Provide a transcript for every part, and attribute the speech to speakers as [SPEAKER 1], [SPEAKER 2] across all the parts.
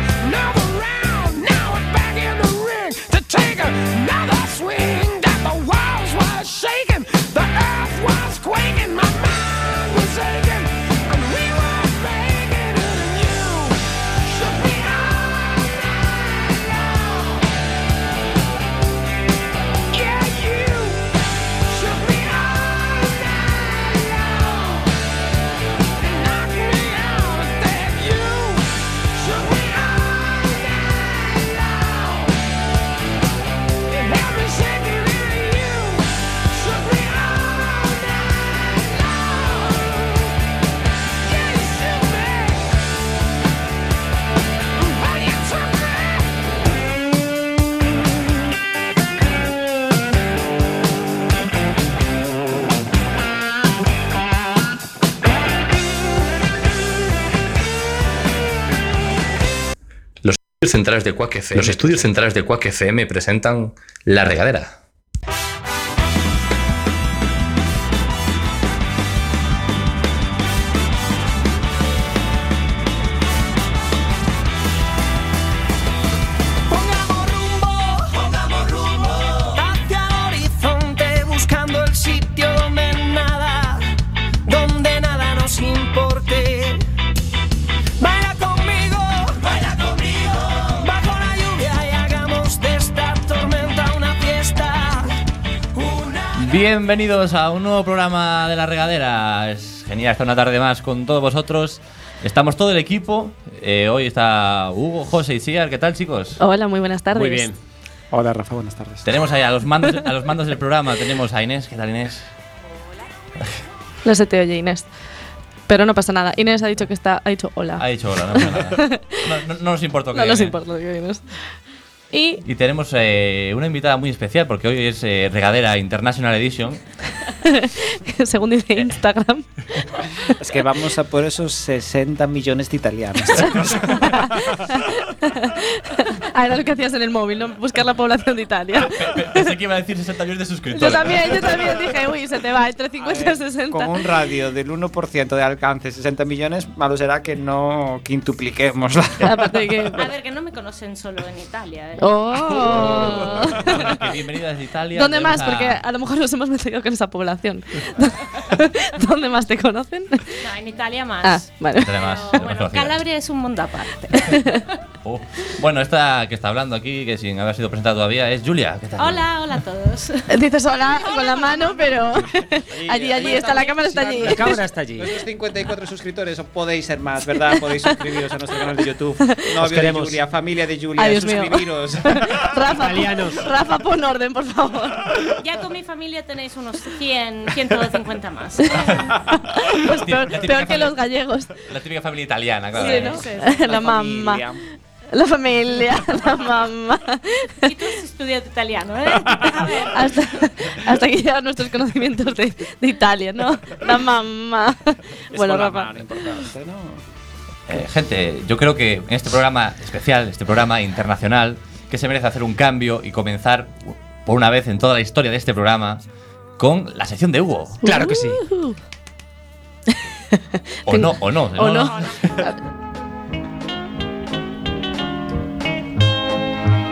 [SPEAKER 1] oh
[SPEAKER 2] estudios centrales de Quack FM. Los estudios centrales de Quack FM presentan La Regadera.
[SPEAKER 1] Pongamos rumbo, pongamos rumbo hacia el horizonte buscando el sitio donde nada, donde nada nos importe. Baila conmigo, baila conmigo bajo la lluvia y hagamos de esta tormenta una fiesta. Una
[SPEAKER 3] Bienvenidos a un nuevo programa de La Regadera. Es genial estar una tarde más con todos vosotros. Estamos todo el equipo. Eh, hoy está Hugo, José y Sigar. ¿Qué tal, chicos?
[SPEAKER 4] Hola, muy buenas tardes.
[SPEAKER 5] Muy bien.
[SPEAKER 6] Hola Rafa, buenas tardes.
[SPEAKER 3] Tenemos ahí a los mandos, a los mandos del programa. Tenemos a Inés. ¿Qué tal, Inés?
[SPEAKER 4] No se te oye, Inés. Pero no pasa nada. Inés ha dicho que está. Ha dicho hola.
[SPEAKER 3] Ha dicho hola, no pasa nada. No, no- no nos importa. que
[SPEAKER 4] no nos
[SPEAKER 3] gane.
[SPEAKER 4] importa lo que diga Inés. Y
[SPEAKER 3] Y tenemos eh, una invitada muy especial porque hoy es eh, Regadera International Edition.
[SPEAKER 4] según dice Instagram,
[SPEAKER 6] Es que vamos a por esos 60 millones de italianos.
[SPEAKER 4] ah, era lo que hacías en el móvil, ¿no? Buscar la población de Italia.
[SPEAKER 3] Pensé que iba a decir 60 millones de suscriptores.
[SPEAKER 4] Yo también, yo también dije, uy, se te va entre 50 y 60.
[SPEAKER 6] Con un radio del 1% de alcance, 60 millones, malo será que no quintupliquemos.
[SPEAKER 4] Aparte de que.
[SPEAKER 7] A ver, que no me conocen solo en Italia. ¿eh?
[SPEAKER 4] ¡Oh!
[SPEAKER 3] Bueno, que bienvenidas de Italia.
[SPEAKER 4] ¿Dónde
[SPEAKER 3] Tenemos
[SPEAKER 4] más?
[SPEAKER 3] a-
[SPEAKER 4] Porque a lo mejor nos hemos metido con esa población. ¿Dónde más te conocen?
[SPEAKER 7] No, en Italia
[SPEAKER 4] Ah,
[SPEAKER 7] más.
[SPEAKER 4] vale.
[SPEAKER 7] Pero,
[SPEAKER 3] Tenemos- tenemos
[SPEAKER 7] bueno,
[SPEAKER 3] conocidas.
[SPEAKER 7] Calabria es un mundo aparte.
[SPEAKER 3] Oh. Bueno, esta que está hablando aquí, que sin haber sido presentada todavía, es Julia. ¿Qué tal?
[SPEAKER 7] Hola, hola a todos.
[SPEAKER 4] Dices hola con la mano, pero allí, allí está, la cámara está allí.
[SPEAKER 5] La cámara está allí.
[SPEAKER 6] Nuestros 54 suscriptores, o podéis ser más, ¿verdad? Podéis suscribiros a nuestro canal de YouTube. Novios de
[SPEAKER 5] queremos.
[SPEAKER 6] Julia, familia de Julia,
[SPEAKER 4] Ay, Dios mío.
[SPEAKER 6] suscribiros.
[SPEAKER 4] Rafa,
[SPEAKER 5] Italianos.
[SPEAKER 4] pon- Rafa, pon orden, por favor.
[SPEAKER 7] Ya con mi familia tenéis unos 100, 150 más.
[SPEAKER 4] Pues peor,
[SPEAKER 3] La
[SPEAKER 4] peor
[SPEAKER 3] típica
[SPEAKER 4] que
[SPEAKER 3] familia.
[SPEAKER 4] los gallegos.
[SPEAKER 3] La típica familia italiana, claro.
[SPEAKER 4] Sí, ¿no?
[SPEAKER 3] Sí.
[SPEAKER 4] La mamá. La familia, la mamá.
[SPEAKER 7] Y tú has estudiado italiano, ¿eh? A ver.
[SPEAKER 4] Hasta, hasta aquí llegan nuestros conocimientos de, de Italia, ¿no? La mamá. Bueno, Rafa.
[SPEAKER 3] Eh, gente, yo creo que en este programa especial, este programa internacional, que se merece hacer un cambio y comenzar por una vez en toda la historia de este programa con la sección de Hugo.
[SPEAKER 5] Claro que sí.
[SPEAKER 3] O no, o no.
[SPEAKER 4] ¿O no?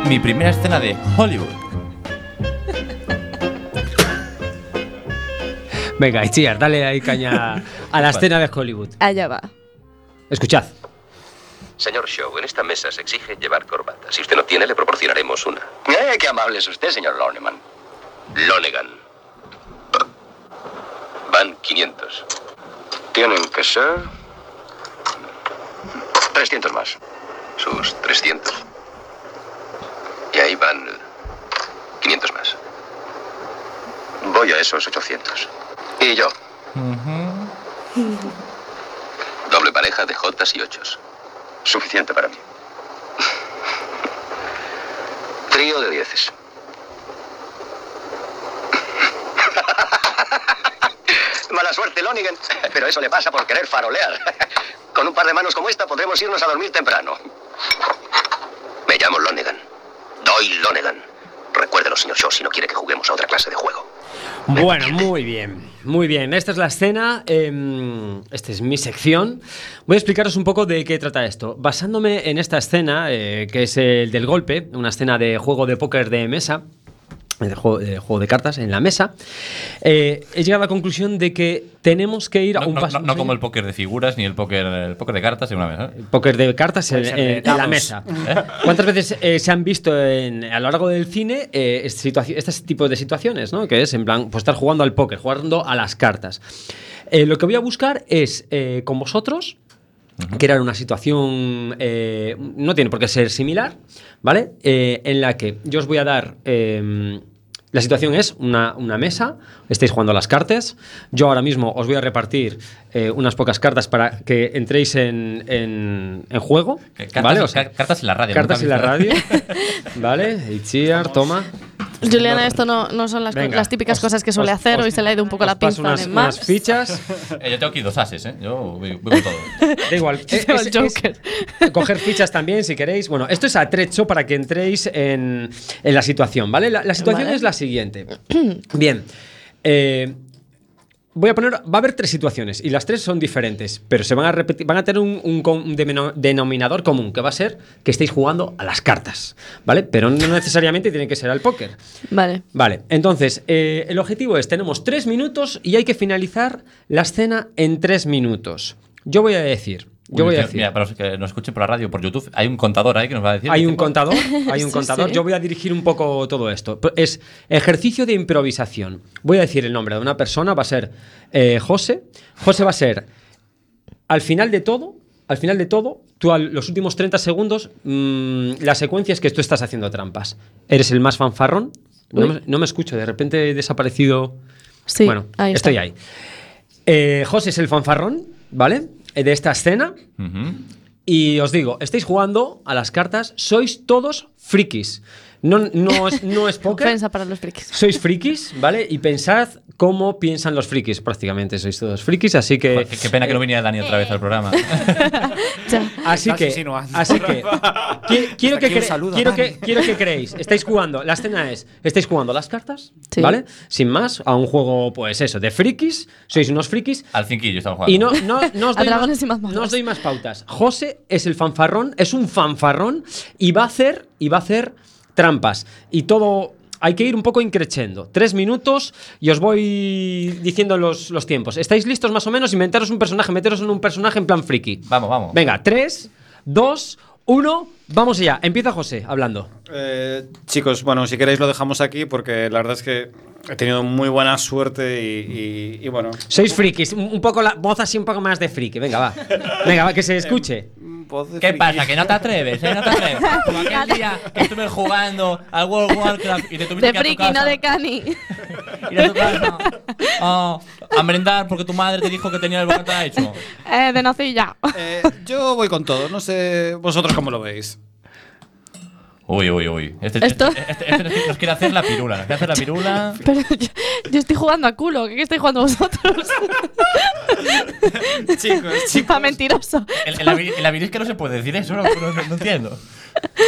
[SPEAKER 3] Mi primera escena de Hollywood.
[SPEAKER 5] Venga, Itziar, dale ahí caña a la escena de Hollywood.
[SPEAKER 4] Allá va.
[SPEAKER 5] Escuchad.
[SPEAKER 8] Señor Shaw, en esta mesa se exige llevar corbata. Si usted no tiene, le proporcionaremos una. Eh, qué amable es usted, señor Lonegan. Lonegan. Van 500. Tienen que ser... 300 más. Sus 300. Y ahí van 500 más. Voy a esos 800. Y yo. Doble pareja de jotas y ochos. Suficiente para mí. Trío de dieces. Mala suerte, Lonigan. Pero eso le pasa por querer farolear. Con un par de manos como esta podremos irnos a dormir temprano. Me llamo Lonegan. Doy Lonegan. Recuérdelo, señor Shaw, si no quiere que juguemos a otra clase de juego.
[SPEAKER 5] Bueno, muy bien, muy bien. Esta es la escena, em, esta es mi sección. Voy a explicaros un poco de qué trata esto. Basándome en esta escena, eh, que es el del golpe, una escena de juego de póker de mesa, eh, de juego, de juego de cartas en la mesa, eh, he llegado a la conclusión de que tenemos que ir a
[SPEAKER 3] No,
[SPEAKER 5] un
[SPEAKER 3] no- no-
[SPEAKER 5] paso más
[SPEAKER 3] no
[SPEAKER 5] allá.
[SPEAKER 3] como el póker de figuras ni el póker, el póker de cartas en una mesa. ¿eh?
[SPEAKER 5] Póker de cartas en,
[SPEAKER 6] Puede ser de
[SPEAKER 5] en- en la
[SPEAKER 6] dados.
[SPEAKER 5] mesa. ¿Cuántas veces eh, se han visto en- a lo largo del cine eh, est- situaci- este tipo de situaciones? ¿no? Que es en plan, pues estar jugando al póker, jugando a las cartas. Eh, lo que voy a buscar es eh, con vosotros crear una situación, eh, no tiene por qué ser similar, ¿vale? Eh, en la que yo os voy a dar... eh, la situación es una, una mesa, estáis jugando a las cartas, yo ahora mismo os voy a repartir eh, unas pocas cartas para que entréis en, en- en juego.
[SPEAKER 3] Que- Cartas,
[SPEAKER 5] Eh, ¿vale? O sea,
[SPEAKER 3] ca- cartas en la radio.
[SPEAKER 5] cartas en
[SPEAKER 3] nunca
[SPEAKER 5] la
[SPEAKER 3] me-
[SPEAKER 5] radio. vale, Itziar, toma.
[SPEAKER 4] Juliana, esto no, no son las, co-
[SPEAKER 5] Venga,
[SPEAKER 4] las típicas
[SPEAKER 5] os-
[SPEAKER 4] cosas que suele
[SPEAKER 5] os-
[SPEAKER 4] hacer.
[SPEAKER 5] os-
[SPEAKER 4] Hoy se le ha ido un poco la
[SPEAKER 5] os paso
[SPEAKER 4] pinza
[SPEAKER 5] unas,
[SPEAKER 4] de
[SPEAKER 5] unas
[SPEAKER 4] más.
[SPEAKER 5] fichas.
[SPEAKER 3] Eh, yo tengo aquí dos ases, ¿eh? Yo voy, voy con todo.
[SPEAKER 5] Da igual. Eh,
[SPEAKER 4] Yo tengo el Joker.
[SPEAKER 5] coger fichas también, si queréis. Bueno, esto es atrecho para que entréis en, en la situación, ¿vale? La, la situación
[SPEAKER 4] Vale.
[SPEAKER 5] es la siguiente. Bien. eh, Voy a poner, va a haber tres situaciones y las tres son diferentes, pero se van a repetir, van a tener un, un com- un demeno- denominador común, que va a ser que estéis jugando a las cartas, ¿vale? Pero no necesariamente tiene que ser al póker.
[SPEAKER 4] Vale.
[SPEAKER 5] Vale, entonces, eh, el objetivo es, tenemos tres minutos y hay que finalizar la escena en tres minutos. Yo voy a decir, yo voy a
[SPEAKER 3] Mira,
[SPEAKER 5] decir...
[SPEAKER 3] Mira, para los que nos escuchen por la radio, por YouTube, hay un contador ahí que nos va a decir.
[SPEAKER 5] Hay
[SPEAKER 3] el
[SPEAKER 5] un
[SPEAKER 3] tiempo.
[SPEAKER 5] contador, hay un
[SPEAKER 4] Sí,
[SPEAKER 5] contador.
[SPEAKER 4] sí.
[SPEAKER 5] Yo voy a dirigir un poco todo esto. P- Es ejercicio de improvisación. Voy a decir el nombre de una persona, va a ser eh, José. José va a ser, al final de todo, al final de todo, tú a los últimos 30 segundos, mm, la secuencia es que tú estás haciendo trampas. Eres el más fanfarrón. No
[SPEAKER 4] Uy.
[SPEAKER 5] me, no me escucho, de repente he desaparecido.
[SPEAKER 4] Sí,
[SPEAKER 5] bueno,
[SPEAKER 4] ahí está.
[SPEAKER 5] estoy ahí. Eh, José es el fanfarrón, ¿vale? Eh, De esta escena.
[SPEAKER 3] Ujú.
[SPEAKER 5] Y os digo, estáis jugando a las cartas, sois todos frikis. No, no, es, no es póker.
[SPEAKER 4] Ofensa para los frikis.
[SPEAKER 5] Sois frikis, ¿vale? Y pensad cómo piensan los frikis. Prácticamente sois todos frikis, así que.
[SPEAKER 3] Joder, Qué, qué pena
[SPEAKER 5] Eh,
[SPEAKER 3] que no viniera Dani otra
[SPEAKER 4] eh.
[SPEAKER 3] vez al programa.
[SPEAKER 4] Ya.
[SPEAKER 5] Así
[SPEAKER 6] Estás
[SPEAKER 5] que,
[SPEAKER 6] insinuando.
[SPEAKER 5] así que, qui- quiero, que
[SPEAKER 6] aquí un
[SPEAKER 5] cre-
[SPEAKER 6] saludo,
[SPEAKER 5] quiero, que,
[SPEAKER 6] Dani.
[SPEAKER 5] quiero que creéis, estáis jugando, la escena es, estáis jugando las cartas,
[SPEAKER 4] Sí.
[SPEAKER 5] ¿vale? Sin más, a un juego, pues eso, de frikis, sois unos frikis,
[SPEAKER 3] Al cinquillo estamos jugando.
[SPEAKER 5] Y no, no, no os
[SPEAKER 4] A
[SPEAKER 5] doy
[SPEAKER 4] dragones
[SPEAKER 5] más,
[SPEAKER 4] y mazmorras.
[SPEAKER 5] no os doy más pautas. José es el fanfarrón, es un fanfarrón y va a hacer, y va a hacer trampas. Y todo. Hay que ir un poco increchendo. Tres minutos y os voy diciendo los, los tiempos. ¿Estáis listos más o menos? Inventaros un personaje, meteros en un personaje en plan friki.
[SPEAKER 3] Vamos, vamos.
[SPEAKER 5] Venga, tres, dos, uno, vamos allá. Empieza José hablando.
[SPEAKER 6] Eh, chicos, bueno, si queréis lo dejamos aquí porque la verdad es que he tenido muy buena suerte y, y- y bueno.
[SPEAKER 5] Sois frikis, un un poco la voz así un poco más de friki. Venga, va. Venga, va, que se escuche.
[SPEAKER 6] voz de
[SPEAKER 3] ¿Qué
[SPEAKER 6] friki.
[SPEAKER 3] pasa? ¿Que no te atreves? ¿eh? ¿No te atreves? Como aquel día que estuve jugando al World of Warcraft y te tuviste
[SPEAKER 4] De
[SPEAKER 3] que ir a tu
[SPEAKER 4] friki, no
[SPEAKER 3] casa,
[SPEAKER 4] de cani.
[SPEAKER 3] ir a tu casa, oh, a merendar porque tu madre te dijo que tenía el bocata hecho.
[SPEAKER 4] Eh, de nocilla.
[SPEAKER 6] Oh. Eh, yo voy con todo, no sé vosotros cómo lo veis.
[SPEAKER 3] Uy, uy, uy. Este,
[SPEAKER 4] Esto-
[SPEAKER 3] este- este- este nos- nos quiere hacer la pirula. Nos quiere hacer la pirula.
[SPEAKER 4] Pero yo, yo estoy jugando a culo. ¿Qué estáis jugando vosotros?
[SPEAKER 6] Chicos,
[SPEAKER 4] Pa' mentiroso.
[SPEAKER 3] En, en la, vi- en la virisca no se puede decir eso, no, no- no- no entiendo.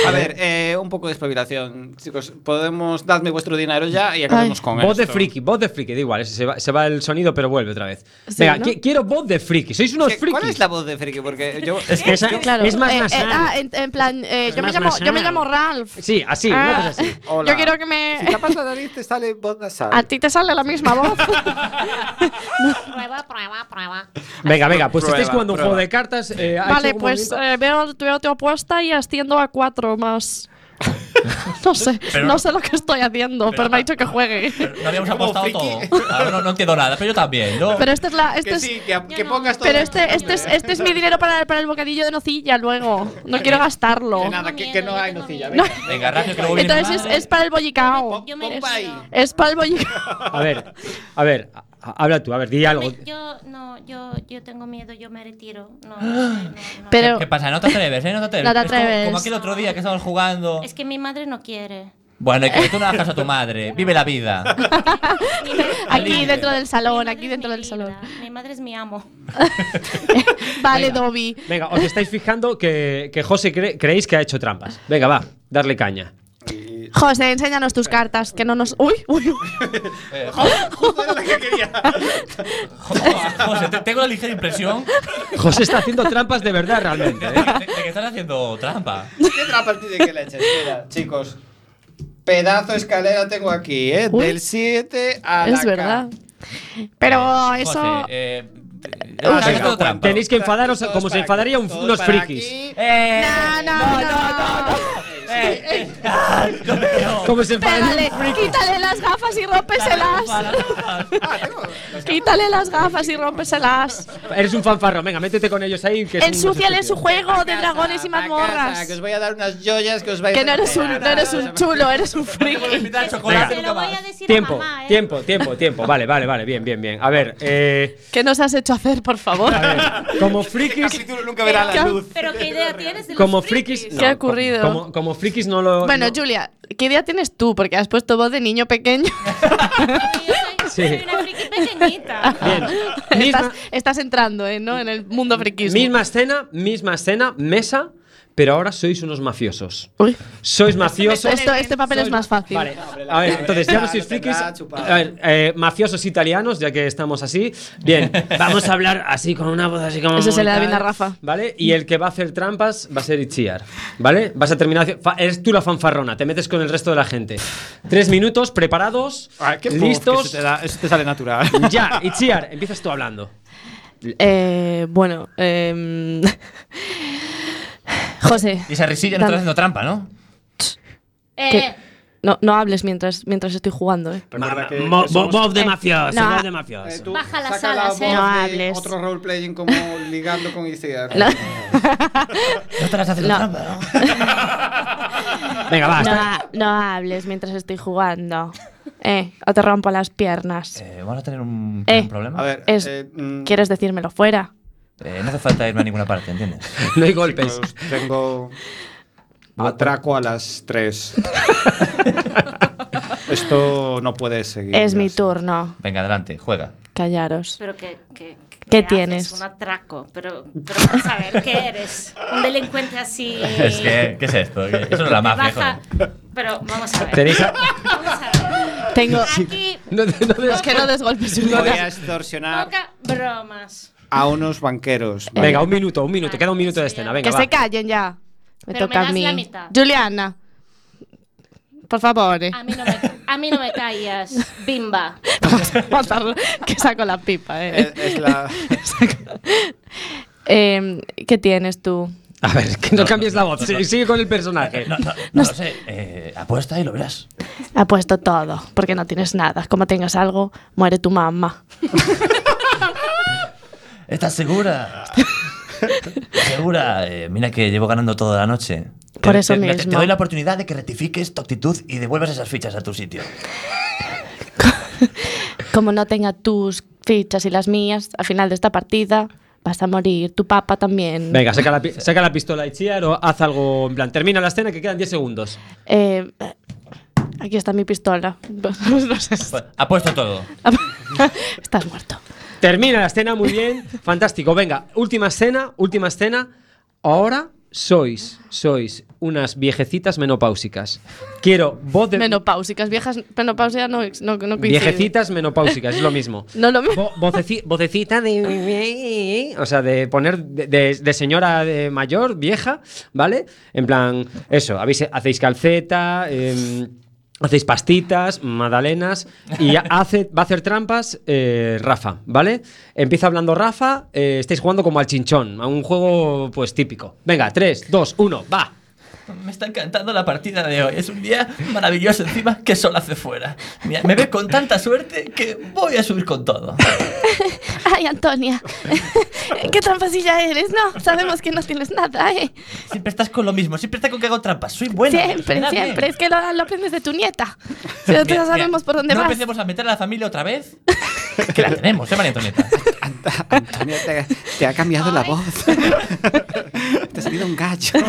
[SPEAKER 6] A ver, eh, un poco de espabilación. Chicos, podemos dadme vuestro dinero ya y acabemos
[SPEAKER 4] Ay.
[SPEAKER 6] con
[SPEAKER 5] Voz de
[SPEAKER 6] esto.
[SPEAKER 5] friki, voz de friki, da igual, se va, se va el sonido pero vuelve otra vez.
[SPEAKER 4] Sí,
[SPEAKER 5] Venga,
[SPEAKER 4] ¿no?
[SPEAKER 5] qui- quiero voz de friki, sois unos
[SPEAKER 6] ¿Qué-
[SPEAKER 5] frikis.
[SPEAKER 6] ¿Cuál es la voz de friki? Porque yo.
[SPEAKER 5] Es que esa-
[SPEAKER 4] Claro.
[SPEAKER 5] es más
[SPEAKER 4] eh, eh,
[SPEAKER 5] nasal.
[SPEAKER 4] ah, en, en plan, eh, yo, me
[SPEAKER 5] más
[SPEAKER 4] llamo, yo me
[SPEAKER 5] nasal.
[SPEAKER 4] llamo Ralph.
[SPEAKER 5] Sí, así, una
[SPEAKER 4] Ah,
[SPEAKER 5] cosa así.
[SPEAKER 6] Hola.
[SPEAKER 4] Yo quiero que me.
[SPEAKER 6] Si tapas la nariz, te sale voz nasal.
[SPEAKER 4] A ti te sale la misma voz.
[SPEAKER 7] Prueba, prueba, prueba.
[SPEAKER 5] Venga, venga, pues
[SPEAKER 6] Prueba,
[SPEAKER 5] estáis jugando
[SPEAKER 6] prueba.
[SPEAKER 5] un juego de cartas. eh, ¿ha hecho
[SPEAKER 4] vale,
[SPEAKER 5] algún
[SPEAKER 4] pues
[SPEAKER 5] movimiento?
[SPEAKER 4] eh, veo, veo tu apuesta y asciendo a cuatro más. No sé,
[SPEAKER 3] Pero-
[SPEAKER 4] no sé lo que estoy haciendo, pero, me ha dicho que juegue.
[SPEAKER 3] Pero No habíamos
[SPEAKER 6] Como
[SPEAKER 3] apostado
[SPEAKER 6] friki.
[SPEAKER 3] todo. Ahora no, no entiendo nada, pero yo también. ¿no?
[SPEAKER 4] Pero este es la. Este
[SPEAKER 6] Que
[SPEAKER 4] es,
[SPEAKER 6] sí, que, que
[SPEAKER 7] no.
[SPEAKER 6] pongas todo.
[SPEAKER 4] pero este, este, es, este es mi dinero para, para el bocadillo de nocilla luego. No quiero gastarlo.
[SPEAKER 6] Que nada, que, que no hay nocilla.
[SPEAKER 4] No.
[SPEAKER 6] Venga.
[SPEAKER 3] Venga, rápido que luego viene mi
[SPEAKER 4] Entonces es,
[SPEAKER 3] madre.
[SPEAKER 4] es para el bollicao.
[SPEAKER 7] Yo me
[SPEAKER 6] Pon pa' ahí.
[SPEAKER 4] Es para el bollicao.
[SPEAKER 5] A ver, a ver, a- a- habla tú, a ver, di algo.
[SPEAKER 7] Me- Yo, no, yo, yo tengo miedo, yo me retiro. No, no, no, no.
[SPEAKER 4] Pero.
[SPEAKER 3] ¿Qué pasa? No te atreves, ¿eh? No te atreves.
[SPEAKER 4] No te
[SPEAKER 3] Es como-
[SPEAKER 4] atreves.
[SPEAKER 3] Como, aquel otro día que estábamos jugando.
[SPEAKER 7] Es que mi madre no quiere.
[SPEAKER 3] Bueno, y que tú no hagas caso a tu madre. Vive la vida.
[SPEAKER 7] Mi madre-
[SPEAKER 4] Aquí
[SPEAKER 7] mi
[SPEAKER 4] dentro
[SPEAKER 7] madre-
[SPEAKER 4] del salón,
[SPEAKER 7] mi
[SPEAKER 4] aquí
[SPEAKER 7] madre
[SPEAKER 4] dentro
[SPEAKER 7] es
[SPEAKER 4] del
[SPEAKER 7] mi
[SPEAKER 4] salón.
[SPEAKER 7] vida, Mi madre es mi amo.
[SPEAKER 4] Vale, Dobby.
[SPEAKER 5] Venga, os estáis fijando que, que José cre- creéis que ha hecho trampas. Venga, va, darle caña.
[SPEAKER 4] José, enséñanos tus cartas, que no nos. Uy, uy, uy.
[SPEAKER 6] Justo era la que quería.
[SPEAKER 3] Jo- José, te- tengo la ligera impresión
[SPEAKER 5] José está haciendo trampas de verdad realmente.
[SPEAKER 3] de,
[SPEAKER 5] ¿eh?
[SPEAKER 3] de- de que estás haciendo trampa.
[SPEAKER 6] ¿Qué trampa tiene que leche? Espera, chicos. Pedazo de escalera tengo aquí, ¿eh?
[SPEAKER 4] Uy.
[SPEAKER 6] Del 7 a la
[SPEAKER 4] Es verdad. Pero
[SPEAKER 3] José,
[SPEAKER 4] eso.
[SPEAKER 3] eh, eh,
[SPEAKER 4] Ah,
[SPEAKER 3] estás
[SPEAKER 4] venga,
[SPEAKER 3] haciendo trampa.
[SPEAKER 5] Tenéis que enfadaros como se enfadaría un- unos frikis.
[SPEAKER 3] Eh,
[SPEAKER 4] No, no, no.
[SPEAKER 3] eh, eh, ah, Dios mío.
[SPEAKER 5] Como se enfadaría un
[SPEAKER 4] Pégale,
[SPEAKER 5] friki.
[SPEAKER 4] quítale las gafas y rómpeselas. Quítale las gafas y rómpeselas.
[SPEAKER 5] Eres un fanfarro, venga, métete con ellos ahí. Que son unos
[SPEAKER 4] Ensúciale su
[SPEAKER 5] estúpidos.
[SPEAKER 4] juego de dragones y mazmorras.
[SPEAKER 6] Que os voy a dar unas joyas que os vais a
[SPEAKER 4] Que no eres un, no eres un chulo, eres un friki.
[SPEAKER 3] Invitar
[SPEAKER 7] Se
[SPEAKER 3] chocolate nunca
[SPEAKER 7] lo voy
[SPEAKER 3] más.
[SPEAKER 7] a decir
[SPEAKER 5] Tiempo,
[SPEAKER 7] a mamá, ¿eh?
[SPEAKER 5] tiempo, tiempo, tiempo. Vale, vale, vale, bien, bien, bien. A ver, eh,
[SPEAKER 4] ¿Qué nos has hecho hacer, por favor?
[SPEAKER 5] a ver, como frikis,
[SPEAKER 6] capítulo nunca verá la
[SPEAKER 4] Pero-
[SPEAKER 6] luz.
[SPEAKER 7] Pero qué idea tienes de los
[SPEAKER 5] como frikis,
[SPEAKER 4] ¿Qué ha ocurrido?
[SPEAKER 5] Como, como frikis no lo.
[SPEAKER 4] Bueno,
[SPEAKER 5] no-
[SPEAKER 4] Julia, ¿qué idea tienes tú? Porque has puesto voz de niño pequeño.
[SPEAKER 7] Yo soy,
[SPEAKER 5] Sí.
[SPEAKER 7] soy una friki pequeñita.
[SPEAKER 5] Bien.
[SPEAKER 4] estás,
[SPEAKER 5] misma,
[SPEAKER 4] estás entrando, ¿eh? ¿no? En el mundo friquismo.
[SPEAKER 5] misma escena, misma escena, mesa, pero ahora sois unos mafiosos.
[SPEAKER 4] Uy,
[SPEAKER 5] Sois mafiosos.
[SPEAKER 4] esto- este papel es
[SPEAKER 5] Sois-
[SPEAKER 4] más fácil.
[SPEAKER 5] Vale, a ver, entonces ya no sois
[SPEAKER 9] lo
[SPEAKER 5] frikis.
[SPEAKER 9] tendrá chupado.
[SPEAKER 5] A ver, eh, mafiosos italianos, ya que estamos así. Bien, vamos a hablar así con una voz así como.
[SPEAKER 4] Eso se le da
[SPEAKER 5] muy
[SPEAKER 4] bien a
[SPEAKER 5] tal,
[SPEAKER 4] Rafa.
[SPEAKER 5] ¿Vale? Y el que va a hacer trampas va a ser Itziar. ¿Vale? Vas a terminar. haci- fa- Eres tú la fanfarrona, te metes con el resto de la gente. Tres minutos, preparados,
[SPEAKER 9] Ah, qué puff, que
[SPEAKER 5] listos.
[SPEAKER 9] se te da- eso te sale natural.
[SPEAKER 5] Ya, Itziar, empiezas tú hablando.
[SPEAKER 4] Eh, bueno, em, José,
[SPEAKER 3] Y esa risilla no
[SPEAKER 4] Dame.
[SPEAKER 3] está haciendo trampa, ¿no?
[SPEAKER 7] Eh,
[SPEAKER 4] no, no hables mientras, mientras estoy jugando, ¿eh?
[SPEAKER 9] Recuerda que-
[SPEAKER 5] Mo-
[SPEAKER 9] que
[SPEAKER 5] mo-
[SPEAKER 9] somos-
[SPEAKER 5] Bob de
[SPEAKER 4] Eh,
[SPEAKER 5] mafioso,
[SPEAKER 4] no.
[SPEAKER 5] Bob de
[SPEAKER 9] eh,
[SPEAKER 5] mafioso.
[SPEAKER 9] tú
[SPEAKER 7] Baja las
[SPEAKER 9] saca la
[SPEAKER 7] alas,
[SPEAKER 9] voz
[SPEAKER 7] eh.
[SPEAKER 4] No
[SPEAKER 9] de
[SPEAKER 4] hables.
[SPEAKER 9] Otro roleplaying como ligando con Isiar.
[SPEAKER 4] No.
[SPEAKER 3] No estarás haciendo
[SPEAKER 4] No.
[SPEAKER 3] trampa, ¿no?
[SPEAKER 5] Venga, va.
[SPEAKER 4] No,
[SPEAKER 5] está-
[SPEAKER 7] Ah,
[SPEAKER 4] ha- no hables mientras estoy jugando. Eh, o te rompo las piernas.
[SPEAKER 3] Eh, ¿Vamos a tener un,
[SPEAKER 4] Eh.
[SPEAKER 3] un problema?
[SPEAKER 9] A ver,
[SPEAKER 4] Es-
[SPEAKER 9] eh, mm,
[SPEAKER 4] ¿Quieres decírmelo fuera?
[SPEAKER 3] Eh, no hace falta irme a ninguna parte, ¿entiendes?
[SPEAKER 5] No hay golpes.
[SPEAKER 9] chicos, pues, tengo atraco a las 3. Esto no puede seguir.
[SPEAKER 4] es
[SPEAKER 9] ya
[SPEAKER 4] mi
[SPEAKER 9] está.
[SPEAKER 4] turno.
[SPEAKER 3] Venga, adelante, juega.
[SPEAKER 4] Callaros.
[SPEAKER 7] Pero que, que, que
[SPEAKER 4] ¿Qué
[SPEAKER 7] haces?
[SPEAKER 4] tienes?
[SPEAKER 7] Un atraco, pero, pero vamos a ver, ¿qué eres? Un delincuente así.
[SPEAKER 3] Es que, ¿qué es esto? ¿Qué- Eso no es la mafia,
[SPEAKER 7] Eh. Baja.
[SPEAKER 3] joder.
[SPEAKER 7] Pero vamos a ver.
[SPEAKER 5] Tenéis a-
[SPEAKER 7] Vamos a ver.
[SPEAKER 4] Tengo.
[SPEAKER 7] Aquí,
[SPEAKER 5] No, no, no,
[SPEAKER 4] Es que no des golpes una.
[SPEAKER 9] Voy a extorsionar
[SPEAKER 7] poca bromas.
[SPEAKER 9] a unos banqueros. ¿vale?
[SPEAKER 5] Venga, un minuto, un minuto. Queda un minuto de escena. Venga,
[SPEAKER 4] Eh. Que
[SPEAKER 5] va.
[SPEAKER 4] se callen ya. Me
[SPEAKER 7] Pero me
[SPEAKER 4] toca a
[SPEAKER 7] das
[SPEAKER 4] mí.
[SPEAKER 7] la mitad.
[SPEAKER 4] Juliana. Por favor, eh.
[SPEAKER 7] A mí no me, a mí no me callas, bimba.
[SPEAKER 4] Vamos a- que saco la pipa, eh.
[SPEAKER 9] Es, es la.
[SPEAKER 4] Em, ¿Qué tienes tú?
[SPEAKER 5] A ver, que no cambies la voz. Sí, Sigue con el personaje.
[SPEAKER 3] No, no, Eh, no lo sé. Eh, apuesta y lo verás.
[SPEAKER 4] Apuesto todo, porque no tienes nada. Como tengas algo, muere tu mamá.
[SPEAKER 3] ¿Estás segura? ¿Segura? Eh, mira que llevo ganando toda la noche.
[SPEAKER 4] Por
[SPEAKER 3] Te-
[SPEAKER 4] eso
[SPEAKER 3] te- mira, te-
[SPEAKER 4] mismo.
[SPEAKER 3] Te doy la oportunidad de que rectifiques tu actitud y devuelvas esas fichas a tu sitio.
[SPEAKER 4] Como no tenga tus fichas y las mías, al final de esta partida vas a morir. Tu papá también.
[SPEAKER 5] Venga, saca la, pi- saca la pistola y chía o haz algo en plan. Termina la escena que quedan 10 segundos.
[SPEAKER 4] Eh, aquí está mi pistola. No sé.
[SPEAKER 3] Pues, Apuesto todo.
[SPEAKER 4] Estás muerto.
[SPEAKER 5] Termina la escena muy bien. Fantástico. Venga, última escena, última escena. Ahora sois, sois unas viejecitas menopáusicas. Quiero voz de.
[SPEAKER 4] Menopáusicas, viejas menopausia no, ex- no, no coincide.
[SPEAKER 5] Viejecitas menopáusicas, es lo mismo.
[SPEAKER 4] No lo mismo.
[SPEAKER 5] Vo- voceci- vocecita de. O sea, de poner de, de- de señora de mayor, vieja, ¿vale? En plan, eso, habéis- hacéis calceta, em, hacéis pastitas, magdalenas, y hace, va a hacer trampas eh, Rafa, ¿vale? Empieza hablando Rafa, eh, estáis jugando como al chinchón, a un juego pues típico. Venga, 3, 2, 1, va.
[SPEAKER 3] Me está encantando la partida de hoy. Es un día maravilloso encima que sol hace fuera. Mira, me ve con tanta suerte que voy a subir con todo.
[SPEAKER 4] Ay, Antonia. Qué trampasilla eres, ¿no? Sabemos que no tienes nada, ¿eh?
[SPEAKER 3] Siempre estás con lo mismo, siempre estás con que hago trampas. Soy buena. me
[SPEAKER 4] siempre,
[SPEAKER 3] da bien.
[SPEAKER 4] siempre. Es que lo, lo aprendes de tu nieta. Si nosotros
[SPEAKER 3] Mira,
[SPEAKER 4] ya sabemos
[SPEAKER 3] mira,
[SPEAKER 4] por dónde
[SPEAKER 3] ¿no
[SPEAKER 4] vas.
[SPEAKER 3] empecemos a meter a la familia otra vez? que la tenemos, ¿eh, María Antonieta?
[SPEAKER 9] Antonia, te, te ha cambiado la voz. te ha salido un gallo.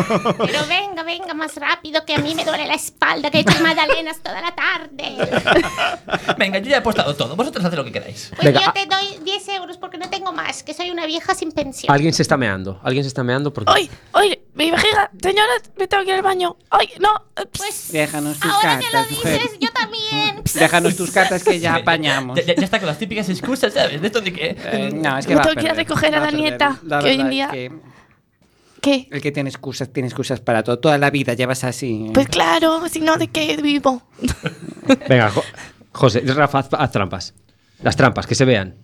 [SPEAKER 7] Pero venga, venga, más rápido, que a mí me duele la espalda, que he hecho magdalenas toda la tarde.
[SPEAKER 3] Venga, yo ya he apostado todo. Vosotros haced lo que queráis.
[SPEAKER 7] Pues
[SPEAKER 5] Venga,
[SPEAKER 7] yo
[SPEAKER 5] a-
[SPEAKER 7] te doy 10 euros porque no tengo más, que soy una vieja sin pensión.
[SPEAKER 5] Alguien se está meando, alguien se está meando porque.
[SPEAKER 4] ¡Ay! ¡Ay! ¡Mi vejiga! Señora, me tengo que ir al baño. ¡Ay! ¡No! eh, pss.
[SPEAKER 7] Pues
[SPEAKER 9] Déjanos tus
[SPEAKER 7] ahora que lo
[SPEAKER 9] cartas, mujer.
[SPEAKER 7] dices, yo también.
[SPEAKER 9] Déjanos tus cartas que ya
[SPEAKER 3] Ya-
[SPEAKER 9] apañamos.
[SPEAKER 3] Ya, ya está con las típicas excusas, ¿sabes? De esto de que.
[SPEAKER 9] Eh, no, es que
[SPEAKER 4] Me
[SPEAKER 9] va
[SPEAKER 4] tengo que ir a
[SPEAKER 9] perder,
[SPEAKER 4] recoger a
[SPEAKER 9] va
[SPEAKER 4] la
[SPEAKER 9] perder.
[SPEAKER 4] nieta,
[SPEAKER 9] La
[SPEAKER 4] que hoy en
[SPEAKER 9] verdad
[SPEAKER 4] día-
[SPEAKER 9] es que
[SPEAKER 6] eh.
[SPEAKER 4] ¿Qué?
[SPEAKER 9] el que tiene excusas, tiene excusas para todo. Toda la vida llevas así. ¿eh?
[SPEAKER 4] Pues claro, si no, ¿de qué vivo?
[SPEAKER 5] Venga, Jo- José, Rafa, haz, haz trampas. Las trampas, que se vean.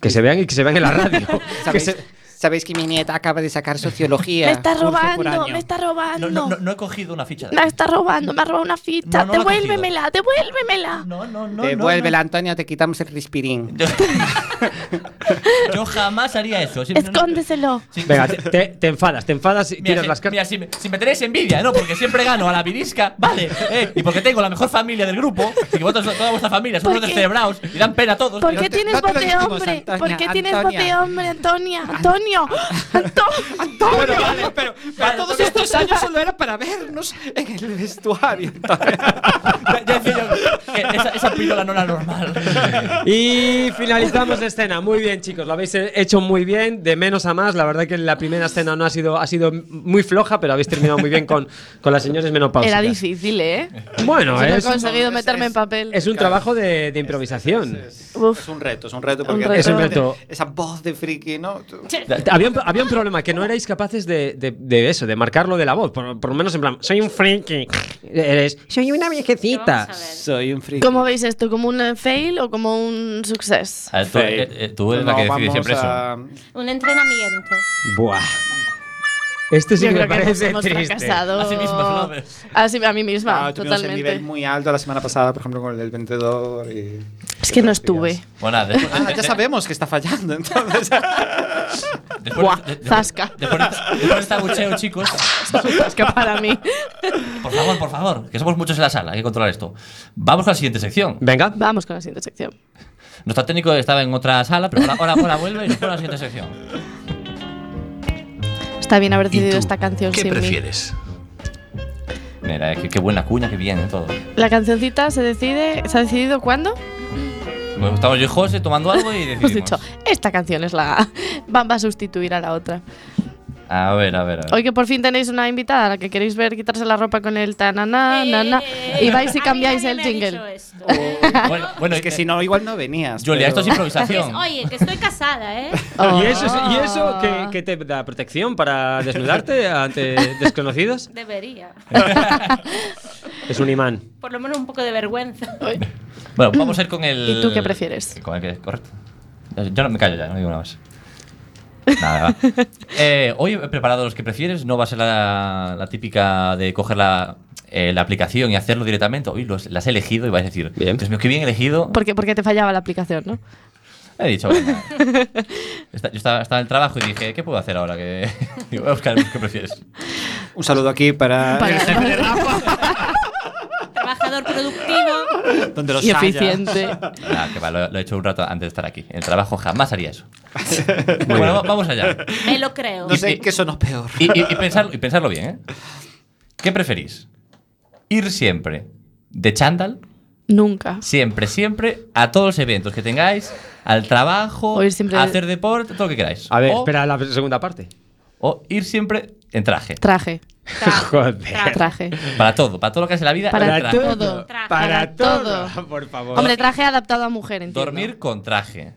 [SPEAKER 5] Que se vean y que se vean en la radio. Que
[SPEAKER 9] ¿Sabéis,
[SPEAKER 5] se-
[SPEAKER 9] sabéis que mi nieta acaba de sacar sociología?
[SPEAKER 4] me está
[SPEAKER 9] curso por
[SPEAKER 4] robando,
[SPEAKER 9] año.
[SPEAKER 4] me está robando.
[SPEAKER 3] No, no, no, no he cogido una ficha.
[SPEAKER 4] Me está robando, me ha robado una ficha.
[SPEAKER 3] No, no la ha cogido.
[SPEAKER 4] devuélvemela, devuélvemela.
[SPEAKER 3] No, no, no.
[SPEAKER 9] Devuélvela,
[SPEAKER 3] no,
[SPEAKER 9] Eh, Antonia, te quitamos el respirín.
[SPEAKER 3] no. Yo, yo jamás haría eso. Si- no, no, no.
[SPEAKER 4] Escóndeselo.
[SPEAKER 3] Si-
[SPEAKER 5] Venga, te, te- te enfadas, te enfadas y
[SPEAKER 3] Mira,
[SPEAKER 5] tiras
[SPEAKER 3] si,
[SPEAKER 5] las
[SPEAKER 3] mira,
[SPEAKER 5] cartas.
[SPEAKER 3] si me, si me tenéis envidia, ¿no? Porque siempre gano a la virisca, vale. eh, y porque tengo la mejor familia del grupo, y que vosotros, toda vuestra familia, son
[SPEAKER 4] ¿Por
[SPEAKER 3] unos
[SPEAKER 4] qué?
[SPEAKER 3] descerebrados y dan pena a todos.
[SPEAKER 4] ¿Por
[SPEAKER 3] pero-
[SPEAKER 4] qué
[SPEAKER 9] te-
[SPEAKER 4] tienes
[SPEAKER 9] no te lo
[SPEAKER 4] bote
[SPEAKER 9] dijimos,
[SPEAKER 4] hombre?
[SPEAKER 9] Antonia,
[SPEAKER 4] ¿Por qué tienes
[SPEAKER 9] Antonia.
[SPEAKER 4] bote hombre, Antonia? ¡Antonio! ¡Antonio!
[SPEAKER 9] Bueno, vale, pero, pero todos estos años solo era para vernos en el vestuario.
[SPEAKER 3] Ya- ya decía yo que esa, esa píldora no era normal.
[SPEAKER 5] Y finalizamos la escena. Muy bien, chicos, lo habéis eh, hecho muy bien, de menos a más. La verdad que la primera escena no ha sido, ha sido muy floja, pero habéis terminado muy bien con, con las señores menopáusicas.
[SPEAKER 4] Era difícil, ¿eh?
[SPEAKER 5] Bueno,
[SPEAKER 4] Yo no he
[SPEAKER 5] es,
[SPEAKER 4] conseguido
[SPEAKER 6] es-
[SPEAKER 4] meterme
[SPEAKER 6] es-
[SPEAKER 4] en papel.
[SPEAKER 5] es un trabajo de, de improvisación.
[SPEAKER 4] Uf.
[SPEAKER 6] Es un reto, es un reto. Porque
[SPEAKER 4] reto. Es un
[SPEAKER 5] reto.
[SPEAKER 6] Esa voz de friki, ¿no? Tú-
[SPEAKER 5] Había un, había un problema, que no erais capaces de, de- de eso, de marcarlo de la voz. Por, por lo menos en plan, soy un freaky. Eres, soy una viejecita.
[SPEAKER 6] Soy un friki.
[SPEAKER 4] ¿Cómo veis esto? ¿Como un eh, fail o como un success?
[SPEAKER 3] A ver, tú, eh, eh, tú eres la
[SPEAKER 6] No,
[SPEAKER 3] que decide
[SPEAKER 6] vamos
[SPEAKER 3] siempre
[SPEAKER 6] a-
[SPEAKER 7] Un entrenamiento.
[SPEAKER 5] Buah. Este sí
[SPEAKER 4] Yo
[SPEAKER 5] que me
[SPEAKER 4] creo que nos
[SPEAKER 5] parece
[SPEAKER 4] hemos
[SPEAKER 5] triste.
[SPEAKER 4] fracasado.
[SPEAKER 3] eso. Flores.
[SPEAKER 4] Así- a mí misma,
[SPEAKER 6] Ah, tuvimos el nivel
[SPEAKER 4] totalmente.
[SPEAKER 6] muy alto la semana pasada, por ejemplo, con el del vendedor. Y...
[SPEAKER 4] Es que no estuve.
[SPEAKER 3] Bueno, nada, después,
[SPEAKER 6] Ah, ya sabemos que está fallando, entonces.
[SPEAKER 3] después,
[SPEAKER 4] Buah,
[SPEAKER 3] de- de-
[SPEAKER 4] zasca.
[SPEAKER 3] después, después de este abucheo, chicos,
[SPEAKER 4] Zasca para mí.
[SPEAKER 3] por favor, por favor, que somos muchos en la sala, hay que controlar esto. Vamos con la siguiente sección.
[SPEAKER 5] Venga.
[SPEAKER 4] Vamos con la siguiente sección.
[SPEAKER 3] Nuestro técnico estaba en otra sala, pero ahora, ahora, ahora vuelve y nos pone la siguiente sección.
[SPEAKER 4] Está bien haber
[SPEAKER 2] ¿Y
[SPEAKER 4] decidido
[SPEAKER 2] tú,
[SPEAKER 4] esta canción
[SPEAKER 2] ¿Qué
[SPEAKER 4] sin
[SPEAKER 2] prefieres?
[SPEAKER 3] Mira, eh, qué, qué buena cuña, qué bien, eh, todo.
[SPEAKER 4] mí. La cancioncita se decide. ¿Se ha decidido cuándo?
[SPEAKER 3] Bueno, Estamos yo y José tomando algo y
[SPEAKER 4] Hemos
[SPEAKER 3] decidimos.
[SPEAKER 4] dicho, esta canción es la. Va, va a sustituir a la otra.
[SPEAKER 3] A ver, a ver, a ver.
[SPEAKER 4] Hoy que por fin tenéis una invitada a la que queréis ver quitarse la ropa con el tanana, nana,
[SPEAKER 7] Eh,
[SPEAKER 4] y vais y cambiáis el jingle.
[SPEAKER 3] Bueno, bueno,
[SPEAKER 6] es que si no, igual no venías.
[SPEAKER 3] Julia,
[SPEAKER 6] pero-
[SPEAKER 3] esto es
[SPEAKER 5] Oh.
[SPEAKER 3] improvisación.
[SPEAKER 7] Oye, que estoy casada, ¿eh?
[SPEAKER 4] Oh.
[SPEAKER 5] ¿Y eso, es- y eso que, que te da protección para desnudarte ante desconocidos?
[SPEAKER 7] Debería.
[SPEAKER 5] Es un imán.
[SPEAKER 7] Por lo menos un poco de vergüenza.
[SPEAKER 3] Bueno, vamos a ir con el.
[SPEAKER 4] ¿Y tú qué prefieres?
[SPEAKER 3] Con el que correcto. Yo- Yo no me callo ya, no digo nada más. Nada, va. Eh, hoy he preparado los que prefieres. No va a ser la, la típica de coger la, eh, la aplicación y hacerlo directamente. Hoy los, las he elegido y vais a decir,
[SPEAKER 5] Bien.
[SPEAKER 3] Dios mío, qué bien elegido.
[SPEAKER 4] Porque, porque te fallaba la aplicación, ¿no?
[SPEAKER 3] He dicho, venga. Esta- yo estaba, estaba en el trabajo y dije, ¿qué puedo hacer ahora? Que... Digo, voy a buscar los que prefieres.
[SPEAKER 6] Un saludo aquí para.
[SPEAKER 4] Para-
[SPEAKER 7] Trabajador productivo.
[SPEAKER 6] Donde los
[SPEAKER 4] y
[SPEAKER 6] haya.
[SPEAKER 4] eficiente.
[SPEAKER 3] Ah, que va, lo, lo he hecho un rato antes de estar aquí. En el trabajo jamás haría eso. bueno, va- vamos allá.
[SPEAKER 7] Me lo creo.
[SPEAKER 6] No sé qué sonó peor.
[SPEAKER 3] Y, y- y pensarlo, y pensarlo bien, ¿eh? ¿Qué preferís? Ir siempre de chándal,
[SPEAKER 4] Nunca.
[SPEAKER 3] siempre, siempre, a todos los eventos que tengáis, al trabajo,
[SPEAKER 4] O ir siempre
[SPEAKER 3] a
[SPEAKER 4] de-
[SPEAKER 3] hacer deporte, todo lo que queráis.
[SPEAKER 5] A ver,
[SPEAKER 3] o,
[SPEAKER 5] espera la segunda parte.
[SPEAKER 3] o ir siempre en traje.
[SPEAKER 4] Traje,
[SPEAKER 7] Tra-
[SPEAKER 3] Ah.
[SPEAKER 5] Joder.
[SPEAKER 7] tra-
[SPEAKER 4] traje.
[SPEAKER 3] Para todo, para todo lo que es en la vida.
[SPEAKER 4] Para
[SPEAKER 3] en traje.
[SPEAKER 4] todo.
[SPEAKER 7] Traje.
[SPEAKER 5] Para
[SPEAKER 4] Para todo.
[SPEAKER 5] todo. Por favor.
[SPEAKER 4] Hombre, traje adaptado a mujer, entiendo.
[SPEAKER 3] Dormir con traje.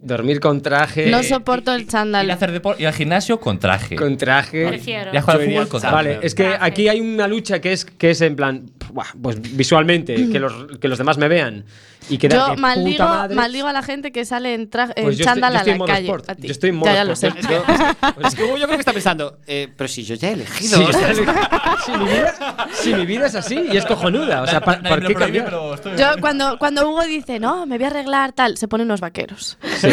[SPEAKER 5] Dormir con traje.
[SPEAKER 4] No soporto el chándal.
[SPEAKER 3] Ir, a hacer depor- ir al gimnasio con traje.
[SPEAKER 5] Con traje.
[SPEAKER 7] Prefiero.
[SPEAKER 3] Ir a jugar al
[SPEAKER 5] Yo iría
[SPEAKER 3] fútbol con
[SPEAKER 5] al-
[SPEAKER 3] traje.
[SPEAKER 5] Vale, es que aquí hay una lucha que es, que es en plan, buah, pues visualmente, que los, que los demás me vean. Y que
[SPEAKER 4] Yo maldigo, maldigo a la gente que sale en, tra- en
[SPEAKER 5] Pues yo estoy-
[SPEAKER 4] chándal
[SPEAKER 5] yo estoy en
[SPEAKER 4] a
[SPEAKER 5] modo
[SPEAKER 4] la calle.
[SPEAKER 5] sport.
[SPEAKER 4] a ti.
[SPEAKER 5] Yo estoy en modo
[SPEAKER 4] ya, ya lo sé.
[SPEAKER 5] sport. Yo-
[SPEAKER 6] Es que Hugo yo creo que está pensando, eh, pero si yo ya he elegido.
[SPEAKER 5] Sí, si, mi vida, si mi vida es así y es cojonuda, o sea, ¿pa-
[SPEAKER 3] Nadie
[SPEAKER 5] ¿por
[SPEAKER 3] me lo
[SPEAKER 5] qué
[SPEAKER 3] prohíbe,
[SPEAKER 5] cambiar?
[SPEAKER 3] pero estoy-
[SPEAKER 4] Yo cuando, cuando Hugo dice, no, me voy a arreglar tal, se pone unos vaqueros.
[SPEAKER 5] Sí.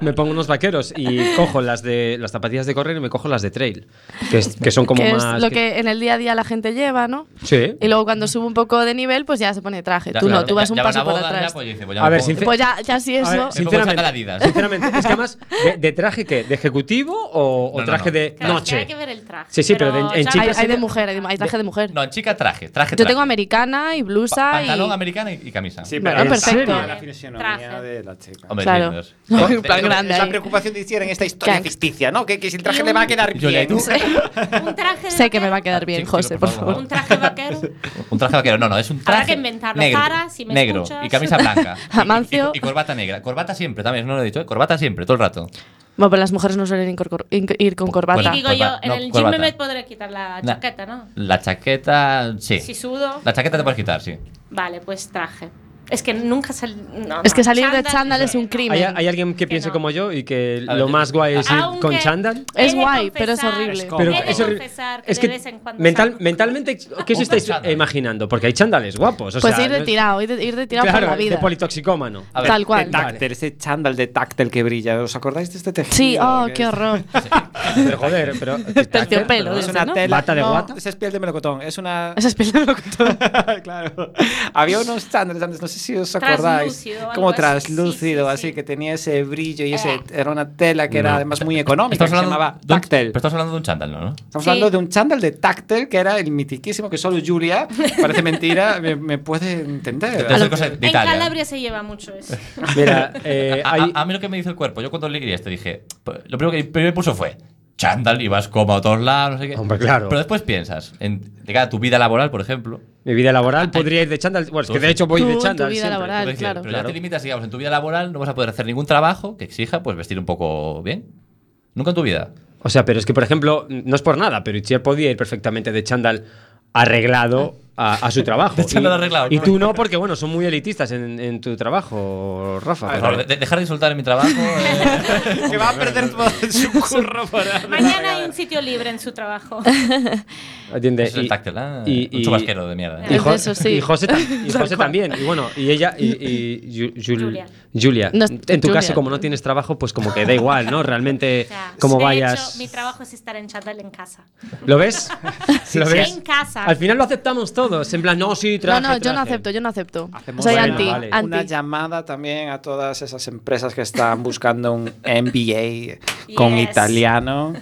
[SPEAKER 5] Me pongo unos vaqueros y cojo las de las zapatillas de correr y me cojo las de trail, que, es- que son como
[SPEAKER 4] que
[SPEAKER 5] más.
[SPEAKER 4] es lo que en el día a día la gente lleva, ¿no?
[SPEAKER 5] Sí.
[SPEAKER 4] Y luego cuando sube un poco de nivel, pues ya se pone traje. tú no, tú vas un
[SPEAKER 3] ya van
[SPEAKER 4] paso
[SPEAKER 3] a
[SPEAKER 4] por
[SPEAKER 3] bodas,
[SPEAKER 4] atrás.
[SPEAKER 3] ya, pues, dice, pues,
[SPEAKER 5] A
[SPEAKER 3] me
[SPEAKER 5] ver,
[SPEAKER 3] pongo-
[SPEAKER 5] sincer-
[SPEAKER 4] Pues ya, ya sí
[SPEAKER 5] A
[SPEAKER 4] eso.
[SPEAKER 5] ver,
[SPEAKER 3] Me pongo chacal
[SPEAKER 5] sinceramente,
[SPEAKER 3] Adidas.
[SPEAKER 5] sinceramente, es que además, ¿de, de traje qué? ¿De ejecutivo o, o
[SPEAKER 3] No, no,
[SPEAKER 5] traje
[SPEAKER 3] no.
[SPEAKER 7] Claro,
[SPEAKER 5] de
[SPEAKER 7] es que
[SPEAKER 5] noche?
[SPEAKER 7] Hay que ver el traje.
[SPEAKER 5] Sí, sí, pero de- en
[SPEAKER 7] ya-
[SPEAKER 4] hay,
[SPEAKER 5] chicas-
[SPEAKER 4] hay de mujer, hay, de- hay traje de mujer.
[SPEAKER 3] No, chica traje, traje
[SPEAKER 4] Yo
[SPEAKER 3] traje.
[SPEAKER 4] tengo americana y
[SPEAKER 3] Pa-
[SPEAKER 4] blusa y...
[SPEAKER 3] pantalón americano y, y camisa.
[SPEAKER 6] Sí,
[SPEAKER 5] Vale,
[SPEAKER 6] pero
[SPEAKER 4] perfecto.
[SPEAKER 6] La fisionomía
[SPEAKER 7] Traje.
[SPEAKER 6] de la chica.
[SPEAKER 3] Hombre,
[SPEAKER 4] Claro.
[SPEAKER 3] Dios.
[SPEAKER 4] No,
[SPEAKER 6] Te
[SPEAKER 4] en plan
[SPEAKER 6] digo,
[SPEAKER 4] grande
[SPEAKER 6] es la
[SPEAKER 4] ahí.
[SPEAKER 6] Eh, preocupación de hiciera en esta historia
[SPEAKER 4] Gangsta.
[SPEAKER 6] ficticia, ¿no? Que, que si el traje
[SPEAKER 7] Y
[SPEAKER 6] le va a
[SPEAKER 7] un-
[SPEAKER 6] quedar
[SPEAKER 3] Yo le-
[SPEAKER 6] bien.
[SPEAKER 7] Un traje de
[SPEAKER 4] Sé que me va a
[SPEAKER 7] vaquero.
[SPEAKER 4] quedar bien,
[SPEAKER 3] Sí,
[SPEAKER 4] José,
[SPEAKER 3] sí,
[SPEAKER 4] por
[SPEAKER 3] por
[SPEAKER 4] favor.
[SPEAKER 3] favor.
[SPEAKER 7] Un traje vaquero.
[SPEAKER 3] Un traje vaquero, no, no, es un
[SPEAKER 7] Habrá
[SPEAKER 3] traje.
[SPEAKER 7] que inventarlo.
[SPEAKER 3] Negro,
[SPEAKER 7] Zara, si me
[SPEAKER 3] negro
[SPEAKER 7] escuchas.
[SPEAKER 3] y camisa blanca. Y- y-
[SPEAKER 4] Amancio.
[SPEAKER 3] Y, y corbata negra. Corbata siempre, también, no lo he dicho, ¿eh? corbata siempre, todo el rato.
[SPEAKER 4] Bueno, pero las mujeres no suelen ir, cor- in- ir con
[SPEAKER 7] Y
[SPEAKER 4] corbata.
[SPEAKER 3] Bueno.
[SPEAKER 7] digo
[SPEAKER 5] Pues
[SPEAKER 7] yo,
[SPEAKER 3] Corbata,
[SPEAKER 7] en
[SPEAKER 3] no,
[SPEAKER 7] el gym
[SPEAKER 3] corbata.
[SPEAKER 7] me podré quitar la
[SPEAKER 3] Na-
[SPEAKER 7] chaqueta, ¿no?
[SPEAKER 3] La chaqueta, sí.
[SPEAKER 7] Si sudo,
[SPEAKER 3] La chaqueta te puedes quitar, sí.
[SPEAKER 7] vale, pues traje. Es que nunca salí.
[SPEAKER 4] Es que salir de chándal es un crimen.
[SPEAKER 5] ¿Hay, hay alguien que piense
[SPEAKER 7] no.
[SPEAKER 5] como yo y que
[SPEAKER 3] A ver,
[SPEAKER 5] lo
[SPEAKER 3] yo-
[SPEAKER 5] más guay es ir con chándal?
[SPEAKER 4] Es guay, pero es horrible.
[SPEAKER 5] Pero
[SPEAKER 7] Pero
[SPEAKER 5] es horrible. Es que mental- mentalmente, ¿qué os
[SPEAKER 3] Un
[SPEAKER 5] estáis
[SPEAKER 3] chándal.
[SPEAKER 5] imaginando? Porque hay chándales guapos. O
[SPEAKER 4] Pues
[SPEAKER 5] sea,
[SPEAKER 4] ir de
[SPEAKER 5] no es-
[SPEAKER 4] tirado, ir de, ir de tirado
[SPEAKER 5] Claro,
[SPEAKER 4] por la vida.
[SPEAKER 5] de politoxicómano.
[SPEAKER 3] A ver,
[SPEAKER 4] Tal cual.
[SPEAKER 6] Táctel, ese chándal de táctel que brilla. ¿Os acordáis de este tejido?
[SPEAKER 4] Sí, oh,
[SPEAKER 6] Que-
[SPEAKER 4] qué horror.
[SPEAKER 5] Pero, joder, pero.
[SPEAKER 4] Terciopelo,
[SPEAKER 5] pero-
[SPEAKER 4] dice,
[SPEAKER 6] una
[SPEAKER 4] ¿no?
[SPEAKER 6] tela-
[SPEAKER 5] ¿Bata de
[SPEAKER 6] no,
[SPEAKER 5] guata?
[SPEAKER 6] Esa es piel de melocotón. Es una.
[SPEAKER 4] Esa es película de locutor.
[SPEAKER 6] claro. Había unos chándales antes, no sé si os acordáis.
[SPEAKER 7] Translúcido o algo
[SPEAKER 6] como
[SPEAKER 7] así.
[SPEAKER 6] traslúcido,
[SPEAKER 7] Sí,
[SPEAKER 6] así
[SPEAKER 7] sí, sí.
[SPEAKER 6] que tenía ese brillo y
[SPEAKER 4] Eh.
[SPEAKER 6] ese. Era una tela que era
[SPEAKER 2] No.
[SPEAKER 6] además muy económica.
[SPEAKER 3] Estamos
[SPEAKER 6] Que se llamaba
[SPEAKER 3] hablando, de un,
[SPEAKER 6] Tactel.
[SPEAKER 3] pero estamos hablando de un chándal, ¿no?
[SPEAKER 6] Estamos
[SPEAKER 7] Sí.
[SPEAKER 6] hablando de un chándal de Tactel que era el mitiquísimo que solo Julia, parece mentira, me, me puede entender.
[SPEAKER 3] Debe ser cosa de
[SPEAKER 7] En
[SPEAKER 3] Italia.
[SPEAKER 7] Calabria se lleva mucho eso.
[SPEAKER 5] Mira, eh,
[SPEAKER 3] A,
[SPEAKER 5] hay-
[SPEAKER 3] a- a mí lo que me dice el cuerpo, yo cuando le quería te dije, p- lo primero que primero impulso fue chándal y vas como a todos lados, no sé qué.
[SPEAKER 5] Hombre, claro.
[SPEAKER 3] Pero después piensas, en de cara a tu vida laboral, por ejemplo.
[SPEAKER 5] mi vida laboral podría ir de chándal. Bueno, es que de
[SPEAKER 3] Pues
[SPEAKER 5] hecho voy
[SPEAKER 4] Tú,
[SPEAKER 5] de
[SPEAKER 4] tu
[SPEAKER 5] chándal.
[SPEAKER 4] vida
[SPEAKER 5] siempre.
[SPEAKER 4] laboral. Ah,
[SPEAKER 3] Entonces,
[SPEAKER 4] claro.
[SPEAKER 3] Pero ya
[SPEAKER 5] Claro.
[SPEAKER 3] te limitas, digamos, en tu vida laboral no vas a poder hacer ningún trabajo que exija pues vestir un poco bien. Nunca en tu vida.
[SPEAKER 5] O sea, pero es que, por ejemplo, no es por nada, pero Itziar podía ir perfectamente de chándal arreglado a, a su trabajo.
[SPEAKER 3] De chándal
[SPEAKER 5] Y-
[SPEAKER 3] arreglado,
[SPEAKER 5] Y
[SPEAKER 3] ¿no?
[SPEAKER 5] tú no, porque bueno, son muy elitistas en, en tu trabajo, Rafa.
[SPEAKER 3] Por
[SPEAKER 5] pero-
[SPEAKER 3] favor, de- dejar de insultar en mi trabajo. eh.
[SPEAKER 6] que va a perder todo su curro por ahora.
[SPEAKER 7] Mañana hay un sitio libre en su trabajo.
[SPEAKER 5] Atiende,
[SPEAKER 3] Eso es el
[SPEAKER 5] y-
[SPEAKER 3] táctil, ah,
[SPEAKER 5] y-
[SPEAKER 3] un
[SPEAKER 5] y-
[SPEAKER 3] chubasquero de mierda. ¿eh?
[SPEAKER 5] Y,
[SPEAKER 4] Es
[SPEAKER 5] Jo-
[SPEAKER 4] de eso, sí.
[SPEAKER 5] y José, ta- y
[SPEAKER 4] Tal
[SPEAKER 5] José
[SPEAKER 4] cual.
[SPEAKER 5] también. Y bueno, y ella y, y Ju- Jul-
[SPEAKER 7] Julia.
[SPEAKER 5] Julia.
[SPEAKER 4] No,
[SPEAKER 5] en tu
[SPEAKER 4] Julia.
[SPEAKER 5] caso, como no tienes trabajo, pues como que da igual, ¿no? Realmente,
[SPEAKER 7] O sea,
[SPEAKER 5] como
[SPEAKER 7] de
[SPEAKER 5] vayas.
[SPEAKER 7] hecho, mi trabajo es estar en chándal en casa.
[SPEAKER 5] ¿Lo ves? ¿Lo
[SPEAKER 7] sí.
[SPEAKER 5] ves?
[SPEAKER 7] En casa.
[SPEAKER 5] Al final lo aceptamos todos. En plan, no, sí,
[SPEAKER 4] No,
[SPEAKER 5] traje,
[SPEAKER 4] no, yo no
[SPEAKER 5] traje.
[SPEAKER 4] acepto, yo no acepto.
[SPEAKER 6] Hacemos
[SPEAKER 4] Soy
[SPEAKER 5] una-
[SPEAKER 4] anti,
[SPEAKER 5] vale.
[SPEAKER 4] anti.
[SPEAKER 6] Una llamada también a todas esas empresas que están buscando un MBA con
[SPEAKER 7] Yes.
[SPEAKER 6] italiano.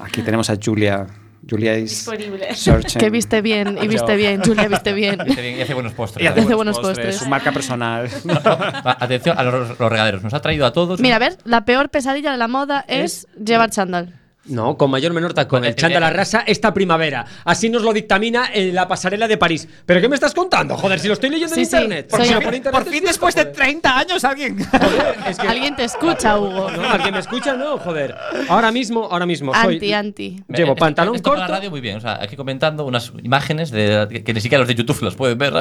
[SPEAKER 6] Aquí tenemos a Julia. Julia is
[SPEAKER 7] Disponible.
[SPEAKER 6] searching.
[SPEAKER 4] Que viste bien, y viste
[SPEAKER 6] Yo.
[SPEAKER 4] bien, Julia, viste bien.
[SPEAKER 3] Viste bien, y hace buenos postres.
[SPEAKER 6] Y
[SPEAKER 3] además.
[SPEAKER 4] hace buenos postres.
[SPEAKER 6] Su marca personal.
[SPEAKER 3] Va, Atención a los, los regaderos. Nos ha traído a todos.
[SPEAKER 4] Mira, a ver, la peor pesadilla de la moda es, llevar chándal.
[SPEAKER 5] No, con mayor o menor tacón.
[SPEAKER 3] Bueno,
[SPEAKER 5] El
[SPEAKER 3] eh,
[SPEAKER 5] chándal
[SPEAKER 3] eh,
[SPEAKER 5] a rasa esta primavera. Así nos lo dictamina en la pasarela de París. ¿Pero qué me estás contando? Joder, si lo estoy leyendo
[SPEAKER 4] Sí,
[SPEAKER 5] en
[SPEAKER 4] sí,
[SPEAKER 5] internet.
[SPEAKER 4] soy
[SPEAKER 5] si
[SPEAKER 4] yo.
[SPEAKER 5] lo pone en internet, es-
[SPEAKER 6] después de 30 años, alguien.
[SPEAKER 5] es que-
[SPEAKER 4] Alguien te escucha, Hugo.
[SPEAKER 5] No, ¿Alguien me escucha? No, joder. Ahora mismo, ahora mismo. soy-
[SPEAKER 4] Anti, anti.
[SPEAKER 3] Eh,
[SPEAKER 5] Llevo
[SPEAKER 3] eh,
[SPEAKER 5] pantalón
[SPEAKER 3] esto para
[SPEAKER 5] corto.
[SPEAKER 3] la radio muy bien. O sea, aquí comentando unas imágenes de, que, que ni siquiera los de YouTube las pueden ver.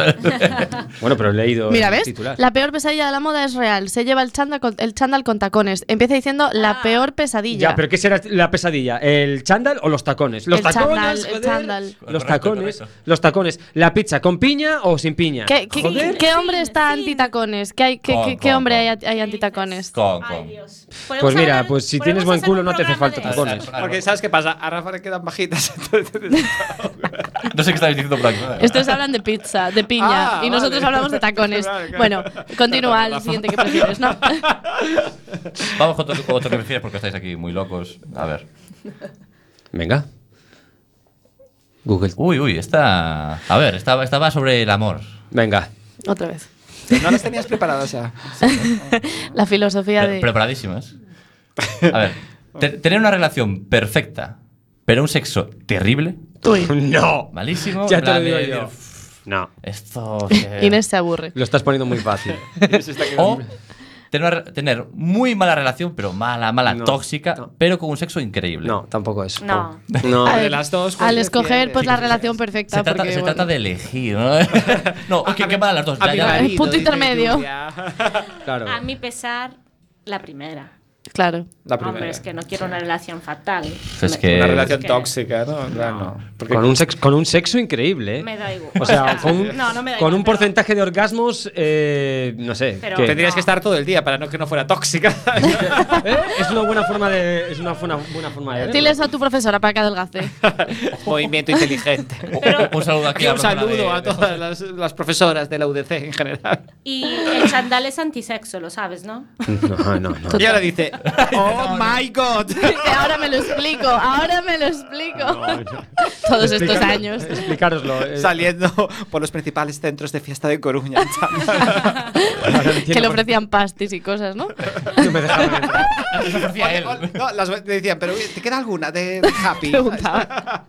[SPEAKER 5] Bueno, pero he leído
[SPEAKER 4] Mira,
[SPEAKER 5] el
[SPEAKER 4] ¿ves?
[SPEAKER 5] titular.
[SPEAKER 4] La peor pesadilla de la moda es real. Se lleva el chándal con, el chándal con tacones. Empieza diciendo
[SPEAKER 6] Ah.
[SPEAKER 4] la peor pesadilla.
[SPEAKER 5] Ya, pero ¿qué será la pesadilla? ¿El chándal o los tacones? Los
[SPEAKER 4] El
[SPEAKER 5] tacones,
[SPEAKER 4] chándal, el
[SPEAKER 5] joder.
[SPEAKER 4] chándal.
[SPEAKER 5] Los
[SPEAKER 3] Correcto,
[SPEAKER 5] tacones,
[SPEAKER 3] correcto.
[SPEAKER 5] los tacones. ¿La pizza con piña o sin piña?
[SPEAKER 4] ¿Qué, qué-
[SPEAKER 5] Joder.
[SPEAKER 4] qué hombre está
[SPEAKER 7] Sí, sí.
[SPEAKER 4] anti tacones? ¿Qué, hay, qué,
[SPEAKER 3] Con,
[SPEAKER 4] qué- qué
[SPEAKER 3] con,
[SPEAKER 4] hombre hay,
[SPEAKER 3] con.
[SPEAKER 4] hay anti tacones?
[SPEAKER 3] con,
[SPEAKER 7] Ay,
[SPEAKER 3] con.
[SPEAKER 7] Dios.
[SPEAKER 5] Pues
[SPEAKER 7] Podemos
[SPEAKER 5] mira,
[SPEAKER 7] hablar-
[SPEAKER 5] pues si
[SPEAKER 7] podemos
[SPEAKER 5] tienes buen
[SPEAKER 7] hacer un
[SPEAKER 5] culo no te hace
[SPEAKER 7] programa
[SPEAKER 5] falta
[SPEAKER 7] de
[SPEAKER 5] tacones.
[SPEAKER 7] eso.
[SPEAKER 6] Porque ¿sabes qué pasa? A Rafa le quedan bajitas.
[SPEAKER 3] No sé qué estáis diciendo por aquí.
[SPEAKER 4] Estos hablan de pizza, de piña,
[SPEAKER 6] Ah,
[SPEAKER 4] y nosotros
[SPEAKER 6] vale.
[SPEAKER 4] hablamos de tacones.
[SPEAKER 6] Vale, claro.
[SPEAKER 4] Bueno, continúa al siguiente que prefieres, ¿no?
[SPEAKER 3] Vamos con otro, con otro que prefieres porque estáis aquí muy locos. A ver.
[SPEAKER 5] Venga. Google.
[SPEAKER 3] Uy, uy, esta. A ver, esta, esta va sobre el amor.
[SPEAKER 5] Venga.
[SPEAKER 4] Otra vez.
[SPEAKER 6] no las tenías preparadas ya.
[SPEAKER 4] La filosofía
[SPEAKER 3] Pre-
[SPEAKER 4] de.
[SPEAKER 3] Preparadísimas. A ver. te- tener una relación perfecta, pero un sexo terrible,
[SPEAKER 4] Uy,
[SPEAKER 5] No.
[SPEAKER 3] malísimo.
[SPEAKER 5] Ya
[SPEAKER 3] en
[SPEAKER 5] te lo
[SPEAKER 3] plan
[SPEAKER 5] digo
[SPEAKER 3] de-
[SPEAKER 5] yo. No.
[SPEAKER 3] Esto. que-
[SPEAKER 4] Inés se aburre.
[SPEAKER 5] Lo estás poniendo muy fácil.
[SPEAKER 3] O tener, una re- tener muy mala relación, pero mala, mala,
[SPEAKER 5] No,
[SPEAKER 3] tóxica,
[SPEAKER 5] no.
[SPEAKER 3] pero con un sexo increíble.
[SPEAKER 5] No, tampoco eso.
[SPEAKER 7] No.
[SPEAKER 5] No.
[SPEAKER 4] Al-
[SPEAKER 6] de las dos, ¿cuál
[SPEAKER 4] Al escoger,
[SPEAKER 6] prefieres?
[SPEAKER 4] pues la relación perfecta.
[SPEAKER 3] Se, trata,
[SPEAKER 4] porque,
[SPEAKER 3] se
[SPEAKER 4] bueno.
[SPEAKER 3] trata de elegir, ¿no? no, que qué mala las dos. ya, ya.
[SPEAKER 4] marido, punto intermedio.
[SPEAKER 5] Claro.
[SPEAKER 7] A mi pesar, la primera.
[SPEAKER 4] Claro.
[SPEAKER 6] La
[SPEAKER 7] Hombre, es que no quiero una relación fatal.
[SPEAKER 3] Es
[SPEAKER 7] Me-
[SPEAKER 3] que-
[SPEAKER 6] Una
[SPEAKER 3] Eh,
[SPEAKER 6] relación
[SPEAKER 7] es que
[SPEAKER 6] tóxica, ¿no? En plan, no. Porque
[SPEAKER 5] Con un, sexo, con un sexo increíble. ¿eh?
[SPEAKER 7] Me da igual.
[SPEAKER 5] O sea, con, un-
[SPEAKER 7] No, no me da
[SPEAKER 5] con
[SPEAKER 7] igual,
[SPEAKER 5] un
[SPEAKER 7] pero-
[SPEAKER 5] porcentaje de orgasmos, eh, no sé.
[SPEAKER 7] Pero-
[SPEAKER 5] que-
[SPEAKER 6] tendrías
[SPEAKER 7] no.
[SPEAKER 6] que estar todo el día para no que no fuera tóxica.
[SPEAKER 5] ¿Eh? Es una buena forma de. Es una buena, buena forma de. verlo.
[SPEAKER 4] Diles a tu profesora para que adelgace.
[SPEAKER 6] Movimiento inteligente.
[SPEAKER 7] Pero-
[SPEAKER 3] Un saludo aquí
[SPEAKER 6] Y
[SPEAKER 3] a la
[SPEAKER 6] un
[SPEAKER 3] profesora de-
[SPEAKER 6] saludo
[SPEAKER 3] de
[SPEAKER 6] a todas las, las profesoras de la UDC en general.
[SPEAKER 7] Y el chándal es antisexo, lo sabes, ¿no?
[SPEAKER 5] No, no, no.
[SPEAKER 6] Y ahora dice, oh my god.
[SPEAKER 4] ahora me lo explico, ahora me lo explico. Todos estos años.
[SPEAKER 5] Explicároslo. eh.
[SPEAKER 6] Saliendo por los principales centros de fiesta de Coruña.
[SPEAKER 5] Ahora entiendo
[SPEAKER 4] Que le
[SPEAKER 5] por qué
[SPEAKER 4] ofrecían pastis y cosas, ¿no?
[SPEAKER 5] no me dejaban entrar.
[SPEAKER 3] Eso lo ofrecía él.
[SPEAKER 6] no, las le decían, pero oye, ¿te queda alguna de Happy?
[SPEAKER 4] Preguntaba.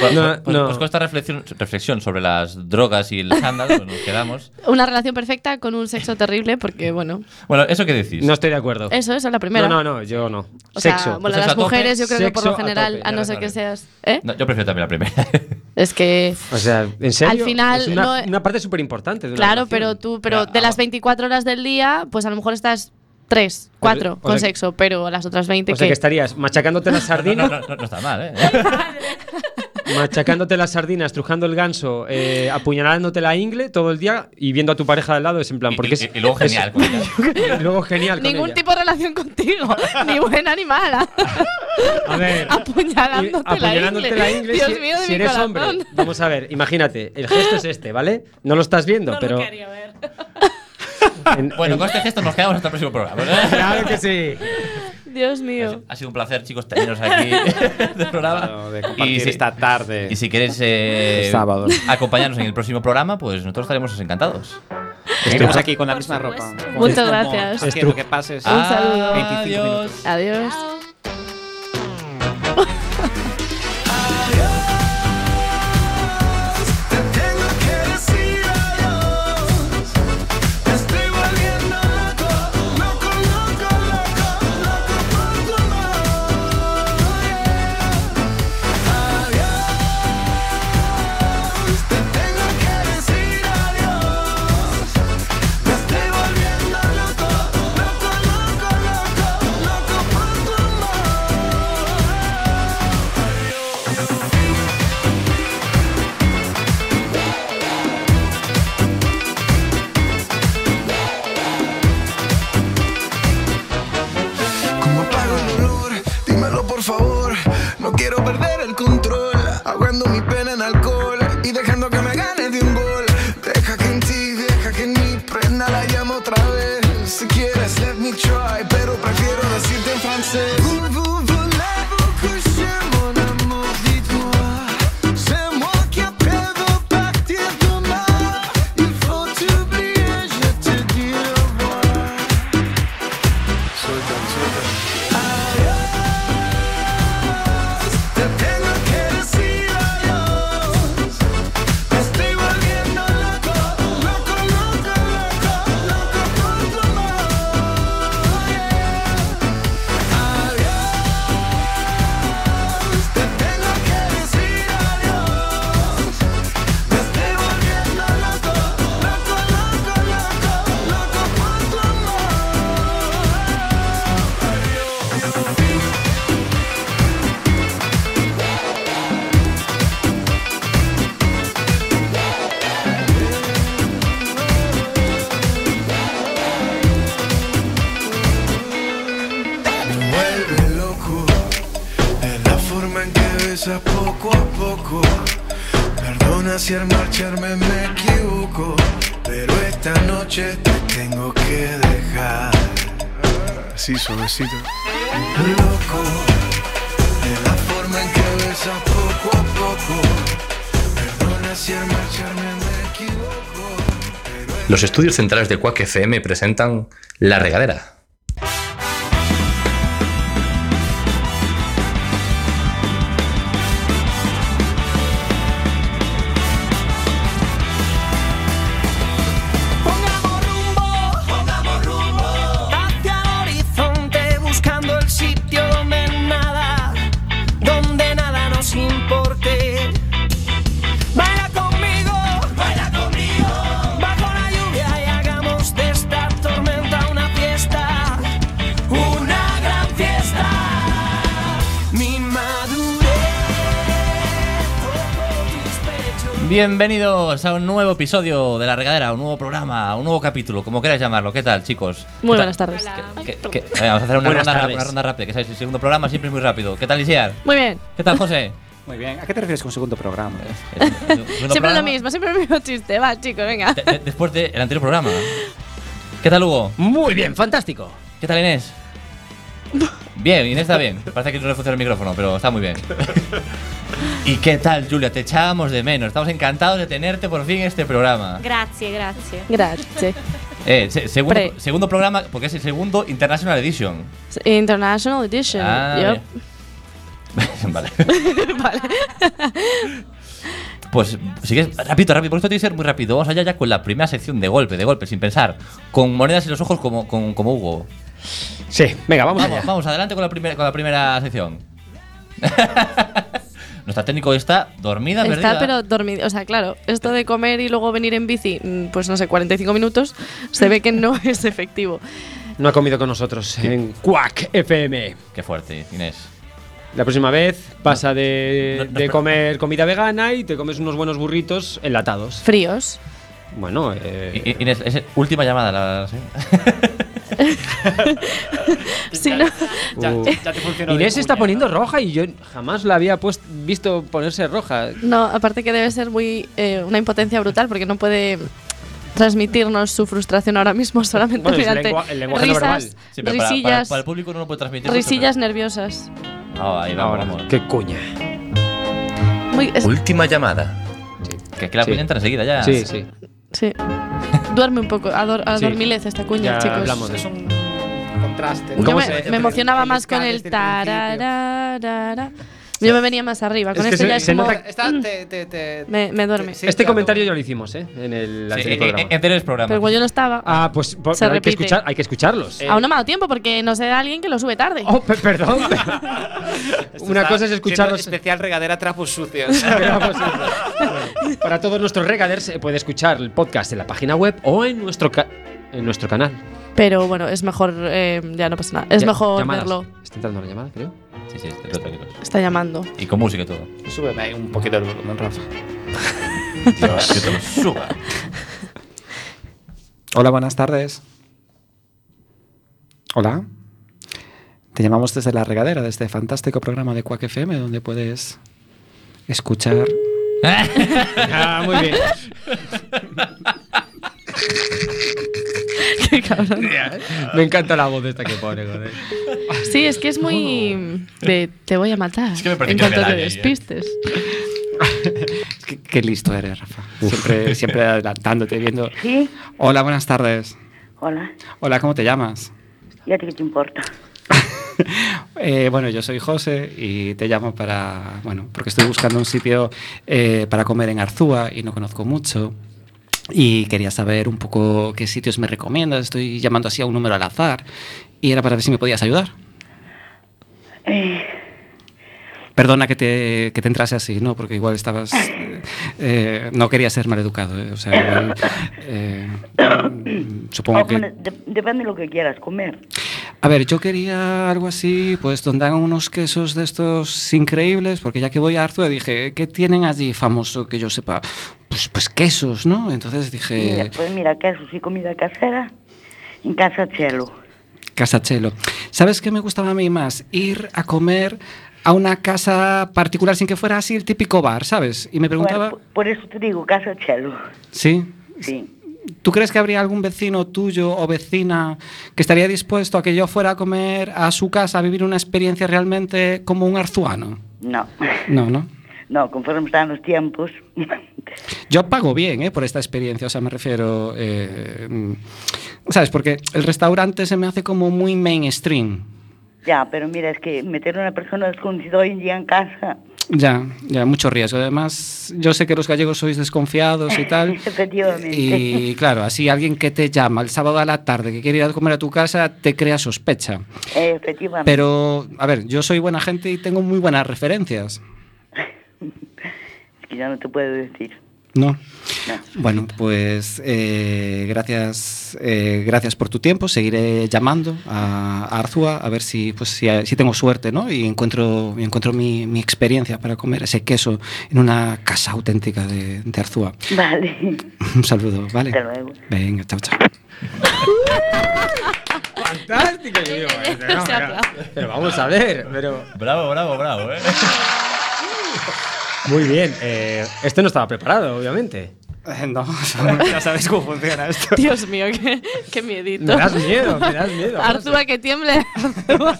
[SPEAKER 3] Bueno,
[SPEAKER 5] No,
[SPEAKER 3] pues,
[SPEAKER 5] no.
[SPEAKER 3] pues con esta reflexión, reflexión sobre las drogas y el escándalo pues nos quedamos.
[SPEAKER 4] Una relación perfecta con un sexo terrible, porque, bueno,
[SPEAKER 3] Bueno, ¿eso qué decís?
[SPEAKER 5] No estoy de acuerdo.
[SPEAKER 4] eso, eso es la
[SPEAKER 5] No,
[SPEAKER 4] primera.
[SPEAKER 5] no, no, yo no.
[SPEAKER 4] O sea,
[SPEAKER 5] Sexo.
[SPEAKER 4] bueno,
[SPEAKER 3] Sexo
[SPEAKER 4] las
[SPEAKER 3] a tope,
[SPEAKER 4] mujeres yo creo que por
[SPEAKER 5] sexo
[SPEAKER 4] lo
[SPEAKER 5] a
[SPEAKER 4] general,
[SPEAKER 5] tope,
[SPEAKER 4] a
[SPEAKER 5] ya
[SPEAKER 4] no
[SPEAKER 5] lo
[SPEAKER 4] ser que
[SPEAKER 3] sabes.
[SPEAKER 4] seas... ¿Eh?
[SPEAKER 3] No, yo prefiero también la primera.
[SPEAKER 4] Es que...
[SPEAKER 5] o sea, en serio.
[SPEAKER 4] Al final,
[SPEAKER 5] Es una,
[SPEAKER 4] no-
[SPEAKER 5] una parte súper importante.
[SPEAKER 4] Claro, pero tú, pero
[SPEAKER 3] Ya,
[SPEAKER 4] de las
[SPEAKER 3] ah,
[SPEAKER 4] 24 horas del día, pues a lo mejor estás 3, 4
[SPEAKER 5] o
[SPEAKER 4] con
[SPEAKER 5] sea que-
[SPEAKER 4] sexo, pero las otras 20
[SPEAKER 5] O sea, que
[SPEAKER 4] ¿qué?
[SPEAKER 5] estarías machacándote las
[SPEAKER 3] no,
[SPEAKER 5] sardinas,
[SPEAKER 3] no, no, no está mal, ¿eh?
[SPEAKER 5] machacándote las sardinas, trujando el ganso, eh, apuñalándote la ingle todo el día y viendo a tu pareja de lado. Es en plan,
[SPEAKER 3] Y-
[SPEAKER 5] porque
[SPEAKER 3] y,
[SPEAKER 5] es.
[SPEAKER 3] y luego genial. con ella.
[SPEAKER 5] es- y luego genial. con
[SPEAKER 4] Ningún
[SPEAKER 5] ella.
[SPEAKER 4] tipo de relación contigo, ni buena ni mala.
[SPEAKER 5] A ver.
[SPEAKER 4] Apuñalándote,
[SPEAKER 5] apuñalándote la ingle,
[SPEAKER 4] Dios
[SPEAKER 5] si, e-
[SPEAKER 4] mío, de
[SPEAKER 5] si
[SPEAKER 4] mi
[SPEAKER 5] eres
[SPEAKER 4] corazón.
[SPEAKER 5] hombre. Vamos a ver, imagínate, el gesto es este, ¿vale? No lo estás viendo,
[SPEAKER 10] No
[SPEAKER 5] pero.
[SPEAKER 10] lo quería ver.
[SPEAKER 5] en-
[SPEAKER 3] Bueno,
[SPEAKER 5] en-
[SPEAKER 3] con este gesto nos quedamos hasta el próximo programa. ¿no?
[SPEAKER 5] Claro que sí.
[SPEAKER 4] Dios mío.
[SPEAKER 3] Ha sido un placer, chicos, teneros aquí en el programa.
[SPEAKER 6] Claro, de compartir
[SPEAKER 3] si-
[SPEAKER 6] esta tarde.
[SPEAKER 3] Y si quieres eh,
[SPEAKER 9] Sábado.
[SPEAKER 3] acompañarnos en el próximo programa, pues nosotros estaremos encantados.
[SPEAKER 6] Estamos aquí con la
[SPEAKER 10] Por
[SPEAKER 6] misma ropa.
[SPEAKER 10] supuesto.
[SPEAKER 6] Con-
[SPEAKER 4] Muchas gracias.
[SPEAKER 6] Haciendo que pases.
[SPEAKER 4] Un
[SPEAKER 3] Ah,
[SPEAKER 4] saludo.
[SPEAKER 6] 25
[SPEAKER 3] Adiós.
[SPEAKER 6] minutos.
[SPEAKER 4] Adiós.
[SPEAKER 1] Te tengo que decir adiós. Te estoy volviendo loco, loco, loco, loco, loco por tu amor. Adiós. Te tengo que decir adiós. Te estoy volviendo loco, loco, loco, loco, loco por tu amor. ¿Cómo apago el dolor? Dímelo por favor. No quiero perder el control. Ahogando mi pena en alcohol y dejando que me gane de un gol. Deja que en ti, deja que en mí prenda la llama otra vez. Si quieres, let me try, pero prefiero decirte en francés. Vous, vous, voulez-vous que je mon amour, dites-moi. C'est moi qui après vous partir demain. Il faut t'oublier, je te dis au revoir. Te tengo que decir adiós. Me estoy volviendo loco, loco, loco, loco, loco por tu amor. Adiós. Te tengo que decir adiós. Me estoy volviendo loco, loco, loco, loco, loco por tu amor. vuelve loco es la forma en que besas poco a poco. Perdona si al marcharme me equivoco, pero esta noche te tengo que dejar. Así suavecito. Loco es la forma en que besas poco a poco. Perdona si al marcharme me equivoco. pero
[SPEAKER 2] Los estudios centrales de Quack FM presentan La Regadera.
[SPEAKER 1] Pongamos rumbo, pongamos rumbo hacia el horizonte buscando el sitio donde nada, donde nada nos importe. Baila conmigo, baila conmigo bajo la lluvia y hagamos de esta tormenta una fiesta, una gran fiesta. Mi madurez tocó tus pechos.
[SPEAKER 3] Bienvenidos a un nuevo episodio de La Regadera, un nuevo programa, un nuevo capítulo, como queráis llamarlo. ¿Qué tal, chicos?
[SPEAKER 4] Muy
[SPEAKER 3] ¿Qué
[SPEAKER 4] buenas
[SPEAKER 3] tal?
[SPEAKER 4] tardes.
[SPEAKER 3] ¿Qué- qué- eh, Vamos a hacer una
[SPEAKER 5] Buenas
[SPEAKER 3] ronda,
[SPEAKER 5] tardes.
[SPEAKER 3] una ronda rápida, que sabéis, el segundo programa siempre es muy rápido. ¿Qué tal, Isiar?
[SPEAKER 4] Muy bien.
[SPEAKER 3] ¿Qué tal, José?
[SPEAKER 9] Muy bien. ¿A qué te refieres con segundo programa?
[SPEAKER 4] Siempre lo mismo, siempre el mismo chiste. Va, chicos, venga.
[SPEAKER 3] De- de- después del anterior programa. ¿Qué tal, Hugo?
[SPEAKER 5] Muy bien, fantástico.
[SPEAKER 3] ¿Qué tal, Inés? Bien, Inés está bien. Parece que no le funciona el micrófono, pero está muy bien. ¿Y qué tal, Julia? Te echábamos de menos. Estamos encantados de tenerte por fin en este programa.
[SPEAKER 10] Grazie, grazie.
[SPEAKER 4] Gracias.
[SPEAKER 3] Eh, se- segundo,
[SPEAKER 4] Pre.
[SPEAKER 3] segundo programa, porque es el segundo International Edition.
[SPEAKER 4] International Edition.
[SPEAKER 3] Ah,
[SPEAKER 4] Yup.
[SPEAKER 3] bien. vale. Pues si quieres, rápido, rápido, por esto tiene que ser muy rápido. Vamos allá ya con la primera sección de golpe, de golpe, sin pensar. Con monedas en los ojos como, con- como Hugo.
[SPEAKER 5] Sí, venga, vamos
[SPEAKER 3] Vamos,
[SPEAKER 5] allá.
[SPEAKER 3] vamos, adelante con la primera, con la primera sección. Nuestra técnico está
[SPEAKER 5] Ah,
[SPEAKER 3] dormida,
[SPEAKER 4] Está
[SPEAKER 3] perdida.
[SPEAKER 4] pero dormido, o sea, claro, esto de comer y luego venir en bici, mm, pues no sé, 45 minutos, se ve que no es efectivo.
[SPEAKER 5] No ha comido con nosotros en Quack FM.
[SPEAKER 3] Qué fuerte, Inés.
[SPEAKER 5] La próxima vez pasa de,
[SPEAKER 3] No, no,
[SPEAKER 5] de
[SPEAKER 3] espera.
[SPEAKER 5] comer comida vegana y te comes unos buenos burritos enlatados.
[SPEAKER 4] Fríos.
[SPEAKER 5] Bueno, eh,
[SPEAKER 3] I- I- Inés, es última llamada. La, la- sí.
[SPEAKER 4] si no,
[SPEAKER 11] Ya,
[SPEAKER 5] Uh.
[SPEAKER 11] ya te funcionó. de
[SPEAKER 5] Inés se está
[SPEAKER 11] cuña,
[SPEAKER 5] poniendo
[SPEAKER 11] ¿no?
[SPEAKER 5] roja y yo jamás la había puest- visto ponerse roja.
[SPEAKER 4] no, aparte que debe ser muy eh, una impotencia brutal porque no puede transmitirnos su frustración ahora mismo solamente
[SPEAKER 5] Bueno, es
[SPEAKER 4] mediante
[SPEAKER 5] lengua- el lenguaje no
[SPEAKER 4] risas,
[SPEAKER 3] Sí, pero para, para-
[SPEAKER 4] risillas,
[SPEAKER 3] para el público no lo puede transmitir. mucho,
[SPEAKER 4] risillas nerviosas.
[SPEAKER 3] pero- Ah, ahí vamos, vamos.
[SPEAKER 5] qué cuña.
[SPEAKER 4] Muy, es-
[SPEAKER 12] Última llamada.
[SPEAKER 3] Que aquí la
[SPEAKER 5] Sí.
[SPEAKER 3] cuña entra enseguida ya.
[SPEAKER 5] Sí, sí.
[SPEAKER 4] sí. Duerme un poco, ador, adormilez esta cuña,
[SPEAKER 5] Ya
[SPEAKER 4] chicos.
[SPEAKER 5] hablamos.
[SPEAKER 6] Es un contraste.
[SPEAKER 4] Yo
[SPEAKER 5] ¿Cómo
[SPEAKER 4] me,
[SPEAKER 5] se-
[SPEAKER 4] me emocionaba más con
[SPEAKER 6] escala
[SPEAKER 4] el
[SPEAKER 6] desde principio.
[SPEAKER 4] tarararara. Yo me venía más arriba. Con
[SPEAKER 5] Es que
[SPEAKER 4] este
[SPEAKER 5] se-
[SPEAKER 4] ya es
[SPEAKER 5] se
[SPEAKER 4] como.
[SPEAKER 5] nota-
[SPEAKER 6] Está, te, te, te-
[SPEAKER 4] Me, me duerme.
[SPEAKER 6] Sí,
[SPEAKER 5] este
[SPEAKER 6] claro.
[SPEAKER 5] comentario ya lo hicimos, ¿eh? En el
[SPEAKER 3] Sí,
[SPEAKER 5] anterior
[SPEAKER 3] en, en-
[SPEAKER 5] programa.
[SPEAKER 3] en anteriores programas.
[SPEAKER 4] Pero como yo no estaba.
[SPEAKER 5] ah, pues por-
[SPEAKER 4] Se
[SPEAKER 5] pero hay, que
[SPEAKER 4] repite. Eh,
[SPEAKER 5] escuchar, hay que escucharlos. Ah,
[SPEAKER 4] Aún no me ha dado tiempo porque no sé alguien que lo sube tarde.
[SPEAKER 5] Oh, pe- perdón.
[SPEAKER 6] Esto
[SPEAKER 5] Una
[SPEAKER 6] está
[SPEAKER 5] cosa es escucharlos.
[SPEAKER 6] siendo Especial regadera trapos sucios.
[SPEAKER 5] Pero vamos, bueno, Para todos nuestros regaders se puede escuchar el podcast en la página web o en nuestro ca- en nuestro canal.
[SPEAKER 4] Pero bueno, es mejor. eh, ya no pasa nada. Es
[SPEAKER 5] Ya-
[SPEAKER 4] mejor
[SPEAKER 5] llamadas.
[SPEAKER 4] verlo.
[SPEAKER 5] Está entrando una llamada, creo.
[SPEAKER 3] Sí, sí, tranquilos, tranquilos.
[SPEAKER 4] Está llamando.
[SPEAKER 3] Y con música y todo.
[SPEAKER 6] Súbeme ahí un poquito el volumen, Rafa.
[SPEAKER 3] Dios, que te lo suba.
[SPEAKER 6] Hola, buenas tardes. Hola. Te llamamos desde La Regadera, desde este fantástico programa de Quack FM, donde puedes escuchar.
[SPEAKER 5] Ah, muy bien.
[SPEAKER 4] Qué cabrón.
[SPEAKER 5] Me encanta la voz de esta que pone. joder.
[SPEAKER 4] Sí, es que es muy. de te voy a matar.
[SPEAKER 3] que me parece
[SPEAKER 4] en
[SPEAKER 3] que
[SPEAKER 4] cuanto te
[SPEAKER 3] me da ahí, eh.
[SPEAKER 4] despistes.
[SPEAKER 6] Qué, qué listo eres, Rafa. Siempre, siempre adelantándote, viendo.
[SPEAKER 10] Sí,
[SPEAKER 6] Hola, buenas tardes.
[SPEAKER 10] hola.
[SPEAKER 6] Hola, ¿cómo te llamas?
[SPEAKER 10] ¿Y a ti qué te importa?
[SPEAKER 6] Eh, bueno, yo soy José y te llamo para. Bueno, porque estoy buscando un sitio eh, para comer en Arzúa y no conozco mucho. Y quería saber un poco qué sitios me recomiendas. Estoy llamando así a un número al azar. Y era para ver si me podías ayudar.
[SPEAKER 10] Eh,
[SPEAKER 6] Perdona que te, que te entrase así, ¿no? Porque igual estabas. eh, eh, no quería ser maleducado, ¿eh? O sea, igual, eh, mm, supongo que.
[SPEAKER 10] hombre, de- depende de lo que quieras comer.
[SPEAKER 6] A ver, yo quería algo así, pues donde hagan unos quesos de estos increíbles, porque ya que voy a Arzúa dije, ¿qué tienen allí famoso que yo sepa? Pues, pues quesos, ¿no? Entonces
[SPEAKER 10] Mira,
[SPEAKER 6] dije,
[SPEAKER 10] pues mira, queso y comida casera en casa chelo.
[SPEAKER 6] casachelo. ¿Sabes qué me gustaba a mí más? Ir a comer a una casa particular sin que fuera así el típico bar, ¿sabes? Y me preguntaba,
[SPEAKER 10] Bueno, por, por eso te digo casa chelo.
[SPEAKER 6] ¿sí?
[SPEAKER 10] Sí.
[SPEAKER 6] ¿Tú crees que habría algún vecino tuyo o vecina que estaría dispuesto a que yo fuera a comer a su casa, a vivir una experiencia realmente como un arzuano?
[SPEAKER 10] No,
[SPEAKER 6] No, ¿no?
[SPEAKER 10] no, conforme están los tiempos.
[SPEAKER 6] Yo pago bien ¿eh? por esta experiencia, o sea, me refiero, eh, mm, ¿sabes? Porque el restaurante se me hace como muy mainstream.
[SPEAKER 10] ya, pero mira, es que meter a una persona desconocida hoy en día en casa.
[SPEAKER 6] Ya, ya, mucho riesgo. Además, yo sé que los gallegos sois desconfiados y tal.
[SPEAKER 10] Efectivamente.
[SPEAKER 6] Y claro, así alguien que te llama el sábado a la tarde, que quiere ir a comer a tu casa, te crea sospecha.
[SPEAKER 10] eh, efectivamente.
[SPEAKER 6] Pero, a ver, yo soy buena gente y tengo muy buenas referencias.
[SPEAKER 10] Es que ya no te puedo decir.
[SPEAKER 6] No.
[SPEAKER 10] No.
[SPEAKER 6] Bueno, pues eh, gracias, eh, gracias por tu tiempo. Seguiré llamando a, a Arzúa a ver si, pues, si, si tengo suerte, ¿no? Y encuentro, y encuentro mi, mi experiencia para comer ese queso en una casa auténtica de, de Arzúa.
[SPEAKER 10] Vale.
[SPEAKER 6] Un saludo, ¿vale?
[SPEAKER 10] Hasta luego.
[SPEAKER 6] Venga, chao, chao.
[SPEAKER 5] Fantástico, yo digo,
[SPEAKER 4] Se
[SPEAKER 5] pero,
[SPEAKER 4] aplaude.
[SPEAKER 5] pero vamos a ver, pero
[SPEAKER 3] Bravo, bravo, bravo, eh.
[SPEAKER 5] muy bien. eh, este no estaba preparado, obviamente.
[SPEAKER 6] Eh, no, ya sabes cómo funciona esto.
[SPEAKER 4] Dios mío, qué, qué miedito.
[SPEAKER 5] Me das miedo, me das miedo.
[SPEAKER 4] Arzúa que tiemble. Arzúa.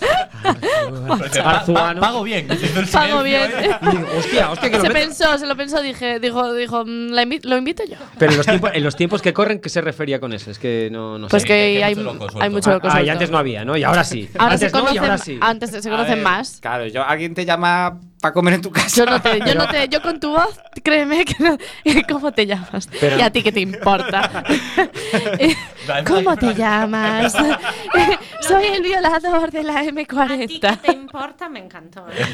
[SPEAKER 5] Arzuano.
[SPEAKER 3] Pago bien.
[SPEAKER 4] Pago bien.
[SPEAKER 5] Hostia, hostia, que lo
[SPEAKER 4] se
[SPEAKER 5] meto.
[SPEAKER 4] pensó, se lo pensó, dije, dijo, dijo, "Mm, la invi- lo invito yo.
[SPEAKER 5] Pero en los, tiempos, en los tiempos que corren, ¿qué se refería con eso? Es que no, no
[SPEAKER 4] Pues
[SPEAKER 5] sé.
[SPEAKER 4] que,
[SPEAKER 3] que
[SPEAKER 4] hay,
[SPEAKER 3] hay mucho loco suelto.
[SPEAKER 4] hay mucho
[SPEAKER 5] Ah,
[SPEAKER 4] loco
[SPEAKER 5] ah, y
[SPEAKER 4] suelto.
[SPEAKER 5] antes no había, ¿no? Y ahora sí.
[SPEAKER 4] Ahora se
[SPEAKER 5] antes
[SPEAKER 4] conocen,
[SPEAKER 5] no, y ahora sí.
[SPEAKER 4] antes se conocen más.
[SPEAKER 6] Claro, yo, alguien te llama para comer en tu casa.
[SPEAKER 4] Yo no te, yo no te, yo con tu voz, créeme que no, ¿cómo te llamas?
[SPEAKER 5] Pero-
[SPEAKER 4] y a ti qué te importa. Eh, ¿Cómo te llamas? Eh, Soy el violador de la
[SPEAKER 7] ¿A ti qué
[SPEAKER 4] M40.
[SPEAKER 7] te importa? Me encantó. ¿eh?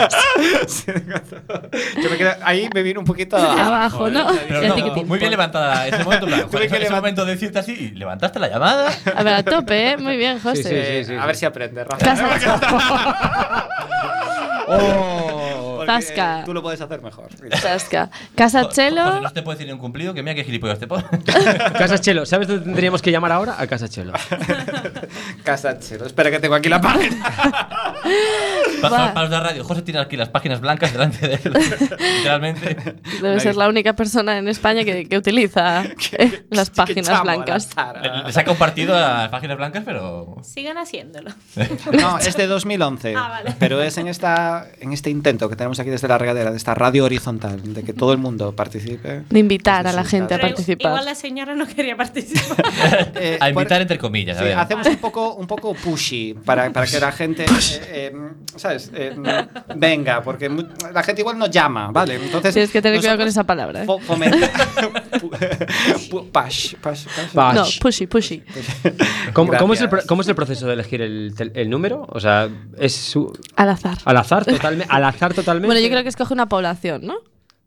[SPEAKER 6] Yo me quedé- ahí me vino un poquito a-
[SPEAKER 4] Abajo, ¿no?
[SPEAKER 3] Pero
[SPEAKER 4] ¿Y a
[SPEAKER 3] no,
[SPEAKER 4] ti qué te
[SPEAKER 3] muy
[SPEAKER 4] importa?
[SPEAKER 3] bien levantada ese momento. en plan,
[SPEAKER 6] Tuve que
[SPEAKER 3] ese
[SPEAKER 6] levant-
[SPEAKER 3] momento de cierta así y levantaste la llamada.
[SPEAKER 4] A ver, a tope, ¿eh? Muy bien, José.
[SPEAKER 5] Sí, sí, sí.
[SPEAKER 6] A ver si aprende, Rafa.
[SPEAKER 4] Casa-
[SPEAKER 5] Oh,
[SPEAKER 6] porque
[SPEAKER 4] Zasca.
[SPEAKER 6] tú lo puedes hacer mejor.
[SPEAKER 4] Zasca. Casa
[SPEAKER 3] Jorge,
[SPEAKER 4] Chelo.
[SPEAKER 3] No te puedo decir ni un cumplido, que mira qué gilipollas te pones.
[SPEAKER 5] Casachelo, ¿sabes dónde tendríamos que llamar ahora? A Casachelo.
[SPEAKER 6] Casachelo. Espera que tengo aquí la página.
[SPEAKER 3] Paso,
[SPEAKER 4] Va.
[SPEAKER 3] paso de la radio. José tiene aquí las páginas blancas delante de él. Literalmente.
[SPEAKER 4] Debe ser la única persona en España que, que utiliza eh, las páginas blancas.
[SPEAKER 3] Le, le saca un partido a las páginas blancas, pero.
[SPEAKER 13] Sigan haciéndolo.
[SPEAKER 6] No, es de 2011.
[SPEAKER 13] Ah, vale.
[SPEAKER 6] Pero es en, esta, en este intento que tenemos aquí desde la regadera, de esta radio horizontal, de que todo el mundo participe.
[SPEAKER 4] De invitar a la gente a
[SPEAKER 13] Pero Igual
[SPEAKER 4] participar.
[SPEAKER 13] la señora no quería participar.
[SPEAKER 6] Eh,
[SPEAKER 3] a
[SPEAKER 6] por-
[SPEAKER 3] invitar entre comillas.
[SPEAKER 6] Sí,
[SPEAKER 3] a ver.
[SPEAKER 6] hacemos un poco, un poco pushy para, para que la gente, eh, eh, ¿sabes? Eh, venga, porque mu- la gente igual nos llama, ¿vale? Entonces,
[SPEAKER 4] Tienes que tener cuidado con
[SPEAKER 6] nosotros
[SPEAKER 4] esa palabra. ¿eh?
[SPEAKER 6] fo- fomenta- pu- push, push, push.
[SPEAKER 5] Va.
[SPEAKER 4] No,
[SPEAKER 5] Ash.
[SPEAKER 4] pushy, pushy.
[SPEAKER 5] ¿Cómo, cómo es el, pro-
[SPEAKER 6] Gracias.
[SPEAKER 5] cómo es el proceso de elegir el, tel- el número? O sea, es su-
[SPEAKER 4] Al azar.
[SPEAKER 5] al azar totalmente. Al azar totalmente.
[SPEAKER 4] Bueno, yo creo que escoge una población, ¿no?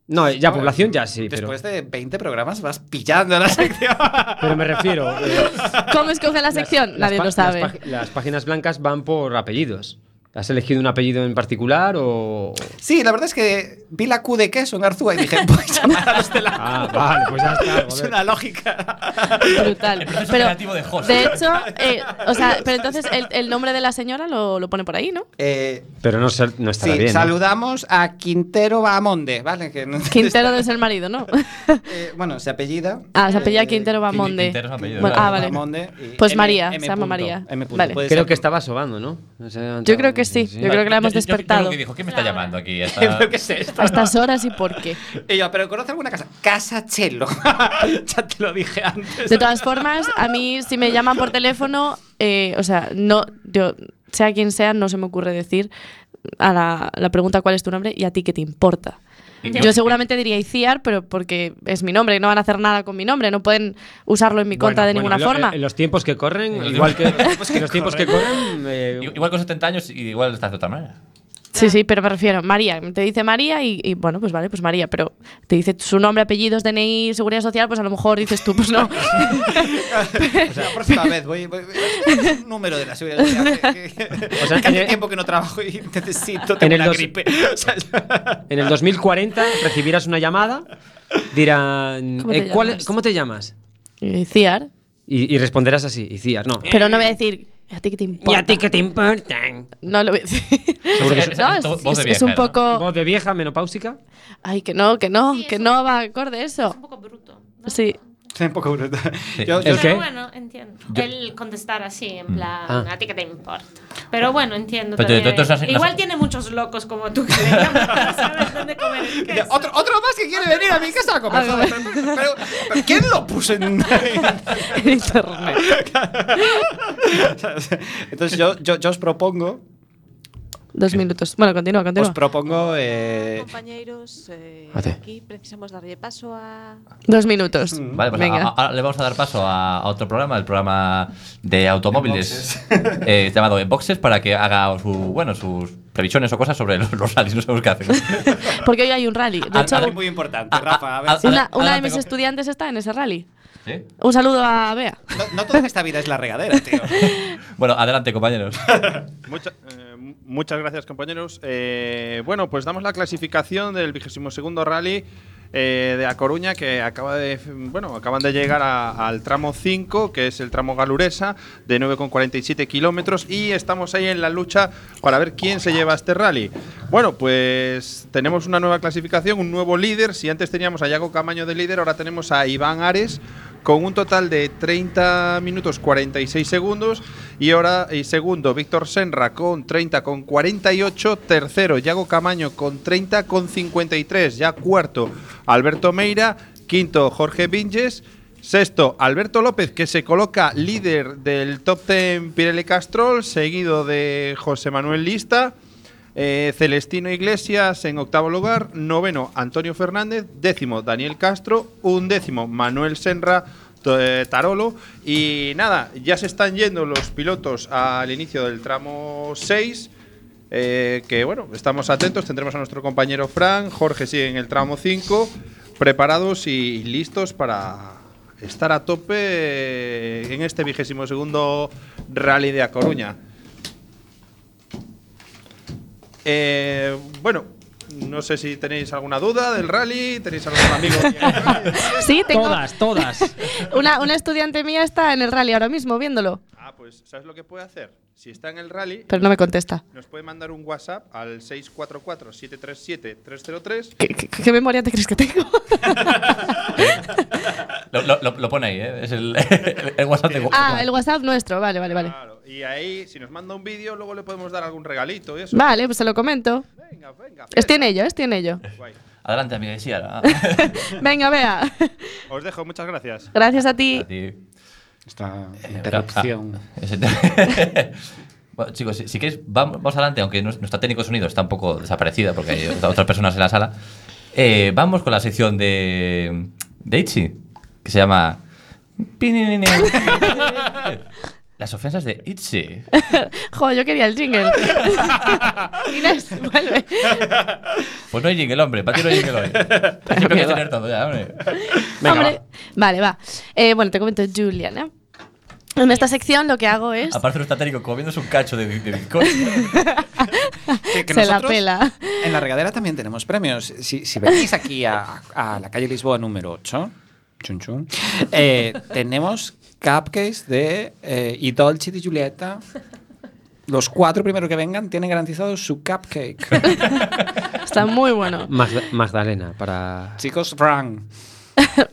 [SPEAKER 5] No, ya población ya sí, pero,
[SPEAKER 6] Después de 20 programas vas pillando la sección.
[SPEAKER 5] pero me refiero. eh,
[SPEAKER 4] ¿Cómo escoge la sección?
[SPEAKER 5] las
[SPEAKER 4] Nadie
[SPEAKER 5] pa-
[SPEAKER 4] lo sabe.
[SPEAKER 5] Las, pag- las páginas blancas van por apellidos. ¿Has elegido un apellido en particular o.?
[SPEAKER 6] Sí, la verdad es que vi la Q de queso en Arzúa y dije, "Pues voy a llamar a los de la...
[SPEAKER 5] Ah, vale, pues ya está.
[SPEAKER 6] Es
[SPEAKER 5] joder.
[SPEAKER 6] una lógica.
[SPEAKER 4] Brutal.
[SPEAKER 3] El proceso creativo
[SPEAKER 4] Pero,
[SPEAKER 3] de José.
[SPEAKER 4] de hecho, eh, o sea, pero entonces el, el nombre de la señora lo, lo pone por ahí, ¿no?
[SPEAKER 6] Eh,
[SPEAKER 5] Pero no, ser- no estará
[SPEAKER 6] sí,
[SPEAKER 5] bien. ¿eh?
[SPEAKER 6] saludamos a Quintero Bahamonde, ¿vale? Que no-
[SPEAKER 4] Quintero debe ser marido, ¿no?
[SPEAKER 6] Eh, bueno, se apellida.
[SPEAKER 4] Ah, se apellida
[SPEAKER 6] Eh,
[SPEAKER 4] Quintero Bamonde.
[SPEAKER 3] Quintero es apellido,
[SPEAKER 4] Bueno,
[SPEAKER 3] ¿verdad?
[SPEAKER 4] ah, vale.
[SPEAKER 6] Bahamonde y
[SPEAKER 4] Pues
[SPEAKER 6] M-
[SPEAKER 4] María,
[SPEAKER 6] M
[SPEAKER 4] se llama
[SPEAKER 6] punto,
[SPEAKER 4] María.
[SPEAKER 6] M punto.
[SPEAKER 4] Vale.
[SPEAKER 6] Puede
[SPEAKER 5] Creo
[SPEAKER 6] ser-
[SPEAKER 5] que estaba sobando, ¿no? No sé,
[SPEAKER 4] Yo creo que sí, yo creo que la hemos
[SPEAKER 3] Yo- yo- yo creo
[SPEAKER 4] despertado.
[SPEAKER 3] que dijo, ¿qué me está llamando aquí? Esta-
[SPEAKER 5] ah.
[SPEAKER 6] Pero ¿qué es esto?
[SPEAKER 4] A estas horas y por qué.
[SPEAKER 6] Y yo, pero ¿conoce alguna casa? Casa Chelo. ya te lo dije antes.
[SPEAKER 4] De todas formas, a mí si me llaman por teléfono, eh, o sea, no, yo, sea quien sea, no se me ocurre decir a la, la pregunta cuál es tu nombre y a ti qué te importa. Yo seguramente diría Iciar, pero porque es mi nombre, no van a hacer nada con mi nombre, no pueden usarlo en mi contra
[SPEAKER 5] Bueno,
[SPEAKER 4] de
[SPEAKER 5] bueno,
[SPEAKER 4] ninguna
[SPEAKER 5] lo-
[SPEAKER 4] forma.
[SPEAKER 5] eh, En los tiempos que corren,
[SPEAKER 3] Los
[SPEAKER 5] igual que,
[SPEAKER 3] tiempos-
[SPEAKER 5] en los tiempos que corren. eh,
[SPEAKER 3] I- Igual con 70 años, y igual estás de otra manera.
[SPEAKER 4] Sí, sí, pero me refiero, María, te dice María y, y, bueno, pues vale, pues María, pero te dice su nombre, apellidos, DNI, seguridad social, pues a lo mejor dices tú, pues no.
[SPEAKER 6] O sea, la próxima vez voy, voy, voy- es un número de la seguridad social. que- que-
[SPEAKER 5] O sea,
[SPEAKER 6] que
[SPEAKER 5] en
[SPEAKER 6] hace
[SPEAKER 5] el-
[SPEAKER 6] tiempo que no trabajo y necesito tener
[SPEAKER 5] el
[SPEAKER 6] una
[SPEAKER 5] dos-
[SPEAKER 6] gripe. O sea,
[SPEAKER 5] En el 2040 recibirás una llamada, dirán,
[SPEAKER 4] ¿Cómo te
[SPEAKER 5] eh, ¿cuál-
[SPEAKER 4] llamas?
[SPEAKER 5] ¿cómo te llamas?
[SPEAKER 4] Iciar,
[SPEAKER 5] Y, y responderás así, Iciar, no.
[SPEAKER 4] pero no voy a decir, ¿a ti qué te importa?
[SPEAKER 5] te importan?
[SPEAKER 4] No lo voy a decir.
[SPEAKER 3] Seguro que es-
[SPEAKER 4] No,
[SPEAKER 3] es
[SPEAKER 4] es,
[SPEAKER 3] to- voz de
[SPEAKER 4] es-
[SPEAKER 3] vieja,
[SPEAKER 4] es un
[SPEAKER 3] ¿no?
[SPEAKER 4] poco.
[SPEAKER 5] ¿Voz de vieja menopáusica?
[SPEAKER 4] Ay, que no, que no,
[SPEAKER 13] Sí, es
[SPEAKER 4] que
[SPEAKER 13] un-
[SPEAKER 4] no va acorde eso.
[SPEAKER 13] Un poco bruto. ¿no?
[SPEAKER 4] Sí.
[SPEAKER 6] Estoy un poco bruto. Yo- yo-
[SPEAKER 13] Pero
[SPEAKER 5] ¿El qué?
[SPEAKER 13] bueno, entiendo. El contestar así, en plan,
[SPEAKER 5] Ah.
[SPEAKER 13] a ti que te importa. Pero bueno, entiendo.
[SPEAKER 3] Pero tú-
[SPEAKER 13] también.
[SPEAKER 3] tú estás en la-
[SPEAKER 13] Igual tiene muchos locos como tú que le llaman para saber dónde comer el queso.
[SPEAKER 6] Otro, otro más que quiere venir a mi casa a comer.
[SPEAKER 4] A ver.
[SPEAKER 6] Pero, pero- pero ¿quién lo puso en.?
[SPEAKER 4] En internet.
[SPEAKER 6] Entonces, yo, yo, yo os propongo.
[SPEAKER 4] Dos minutos. Bueno, continúa,
[SPEAKER 6] Os
[SPEAKER 4] continúa.
[SPEAKER 6] propongo. eh,
[SPEAKER 14] Compañeros, eh,
[SPEAKER 5] Ate.
[SPEAKER 14] aquí precisamos darle paso a.
[SPEAKER 4] Dos minutos.
[SPEAKER 3] Vale, pues
[SPEAKER 4] Venga.
[SPEAKER 3] a- ahora le vamos a dar paso a, a otro programa, el programa de automóviles eh, llamado Boxes, para que haga su, bueno, sus previsiones o cosas sobre los, los rallies, no sabemos qué hacen.
[SPEAKER 4] Porque hoy hay un rally. De
[SPEAKER 3] Al-
[SPEAKER 4] hecho,
[SPEAKER 6] algo muy importante,
[SPEAKER 3] Ah,
[SPEAKER 6] Rafa. A ver
[SPEAKER 3] ah,
[SPEAKER 6] si-
[SPEAKER 3] ah,
[SPEAKER 4] una, una de
[SPEAKER 3] adelante,
[SPEAKER 4] mis
[SPEAKER 3] co-
[SPEAKER 4] estudiantes está en ese rally.
[SPEAKER 3] ¿Sí?
[SPEAKER 4] Un saludo a Bea.
[SPEAKER 6] No, no todo en esta vida es la regadera, tío.
[SPEAKER 3] Bueno, adelante, compañeros.
[SPEAKER 15] Mucha- eh, mu- muchas gracias, compañeros. Eh, bueno, pues damos la clasificación del 22 segundo rally eh, de A Coruña, que acaba de, bueno, acaban de llegar a- al tramo 5, que es el tramo galuresa, de 9,47 kilómetros, y estamos ahí en la lucha para ver quién se lleva este rally. Bueno, pues tenemos una nueva clasificación, un nuevo líder. Si antes teníamos a Iago Camaño de líder, ahora tenemos a Iván Ares con un total de 30 minutos 46 segundos y ahora y segundo Víctor Senra con 30 con 48, tercero Yago Camaño con 30 con 53, ya cuarto Alberto Meira, quinto Jorge Vinges, sexto Alberto López que se coloca líder del top 10 Pirelli Castrol, seguido de José Manuel Lista. Eh, Celestino Iglesias en octavo lugar, noveno Antonio Fernández, décimo Daniel Castro, undécimo Manuel Senra to- eh, Tarolo y nada, ya se están yendo los pilotos al inicio del tramo 6. que bueno, estamos atentos, tendremos a nuestro compañero Fran, Jorge sigue en el tramo 5, preparados y listos para estar a tope eh, en este vigésimo segundo rally de A Coruña. Eh, bueno, No sé si tenéis alguna duda del rally, tenéis algún amigo.
[SPEAKER 4] Sí, tengo.
[SPEAKER 15] Todas, todas.
[SPEAKER 4] Una, una estudiante mía está en el rally ahora mismo viéndolo,
[SPEAKER 15] Ah, pues ¿sabes lo que puede hacer? Si está en el rally,
[SPEAKER 4] pero no me contesta.
[SPEAKER 15] nos puede mandar un WhatsApp al 644-737-303.
[SPEAKER 4] ¿Qué, qué- qué memoria te crees que tengo?
[SPEAKER 3] Lo, lo- lo- lo pone ahí, ¿eh? Es el, el- el WhatsApp de
[SPEAKER 4] ah, el WhatsApp nuestro, vale, vale, vale.
[SPEAKER 15] Claro, y ahí, si nos manda un vídeo, luego le podemos dar algún regalito y eso. pues,
[SPEAKER 4] Vale, pues se lo comento. Estoy en ello, estoy en ello.
[SPEAKER 3] Adelante, amiga Isiara.
[SPEAKER 4] Venga, vea.
[SPEAKER 15] Os dejo, muchas gracias.
[SPEAKER 4] Gracias a ti.
[SPEAKER 9] Esta
[SPEAKER 3] interrupción. bueno, chicos, si, si queréis, vam- vamos, adelante, aunque nues- nuestra técnico de sonido está un poco desaparecida porque hay otra- otras personas en la sala. Eh, vamos con la sección de, de Itchy, que se llama Las ofensas de Itchy.
[SPEAKER 4] Jo, yo quería el jingle. Inés, vuelve.
[SPEAKER 3] Pues no hay jingle, hombre, para ti no hay jingle hoy. Siempre quieres tener todo ya, hombre.
[SPEAKER 4] Hombre, vale, va. Eh, bueno, te comento, Juliana. En esta sección lo que hago es.
[SPEAKER 3] Aparte nuestro técnico comiéndose un cacho de, de bizcocho.
[SPEAKER 6] Que- que
[SPEAKER 4] Se la
[SPEAKER 6] nosotros
[SPEAKER 4] pela.
[SPEAKER 6] En la regadera también tenemos premios. Si, si venís aquí a, a la calle Lisboa número 8, chun chun, eh, tenemos cupcakes de eh, y Dolce di Giulietta. Los cuatro primeros que vengan tienen garantizado su cupcake.
[SPEAKER 4] Está muy bueno.
[SPEAKER 5] Magda- Magdalena, para.
[SPEAKER 6] Chicos, Frank.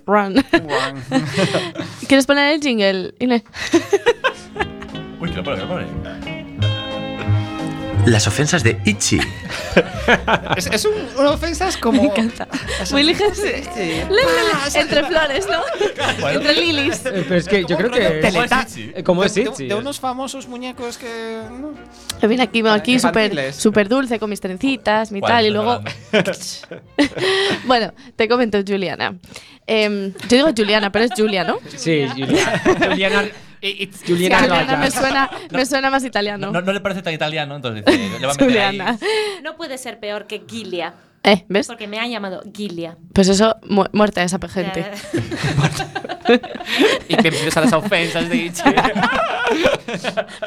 [SPEAKER 4] Run. ¿Quieres poner el jingle, Inés?
[SPEAKER 3] Uy, que lo pone, que lo pone.
[SPEAKER 2] Las ofensas de Ichi.
[SPEAKER 6] Es, es un, una ofensa, es como. Me encanta.
[SPEAKER 4] Muy ligeras. Entre flores, ¿no? Entre lilies.
[SPEAKER 5] Eh, pero es que yo creo que. eh, Como es
[SPEAKER 6] de,
[SPEAKER 5] Itchy.
[SPEAKER 6] de unos famosos muñecos que. no.
[SPEAKER 4] Yo vine aquí, bueno, aquí súper
[SPEAKER 6] Infantiles.
[SPEAKER 4] super dulce con mis trencitas, mi
[SPEAKER 6] Bueno,
[SPEAKER 4] tal, y
[SPEAKER 6] estoy
[SPEAKER 4] luego. bueno, te comento, Juliana. Em, yo digo Juliana, pero es Julia, ¿no?
[SPEAKER 5] Sí, Juliana. Juliana. Juliana
[SPEAKER 4] Sí, Juliana
[SPEAKER 5] Rojas.
[SPEAKER 4] me suena, me suena más italiano.
[SPEAKER 3] No, no le parece tan italiano, entonces dice, le va a meter ahí.
[SPEAKER 4] Juliana.
[SPEAKER 13] No puede ser peor que Gilia.
[SPEAKER 4] Eh, ¿ves?
[SPEAKER 13] Porque me han llamado Gilia.
[SPEAKER 4] Pues eso, mu- muerta esa gente.
[SPEAKER 6] Y bienvenidos a las ofensas de Itchy.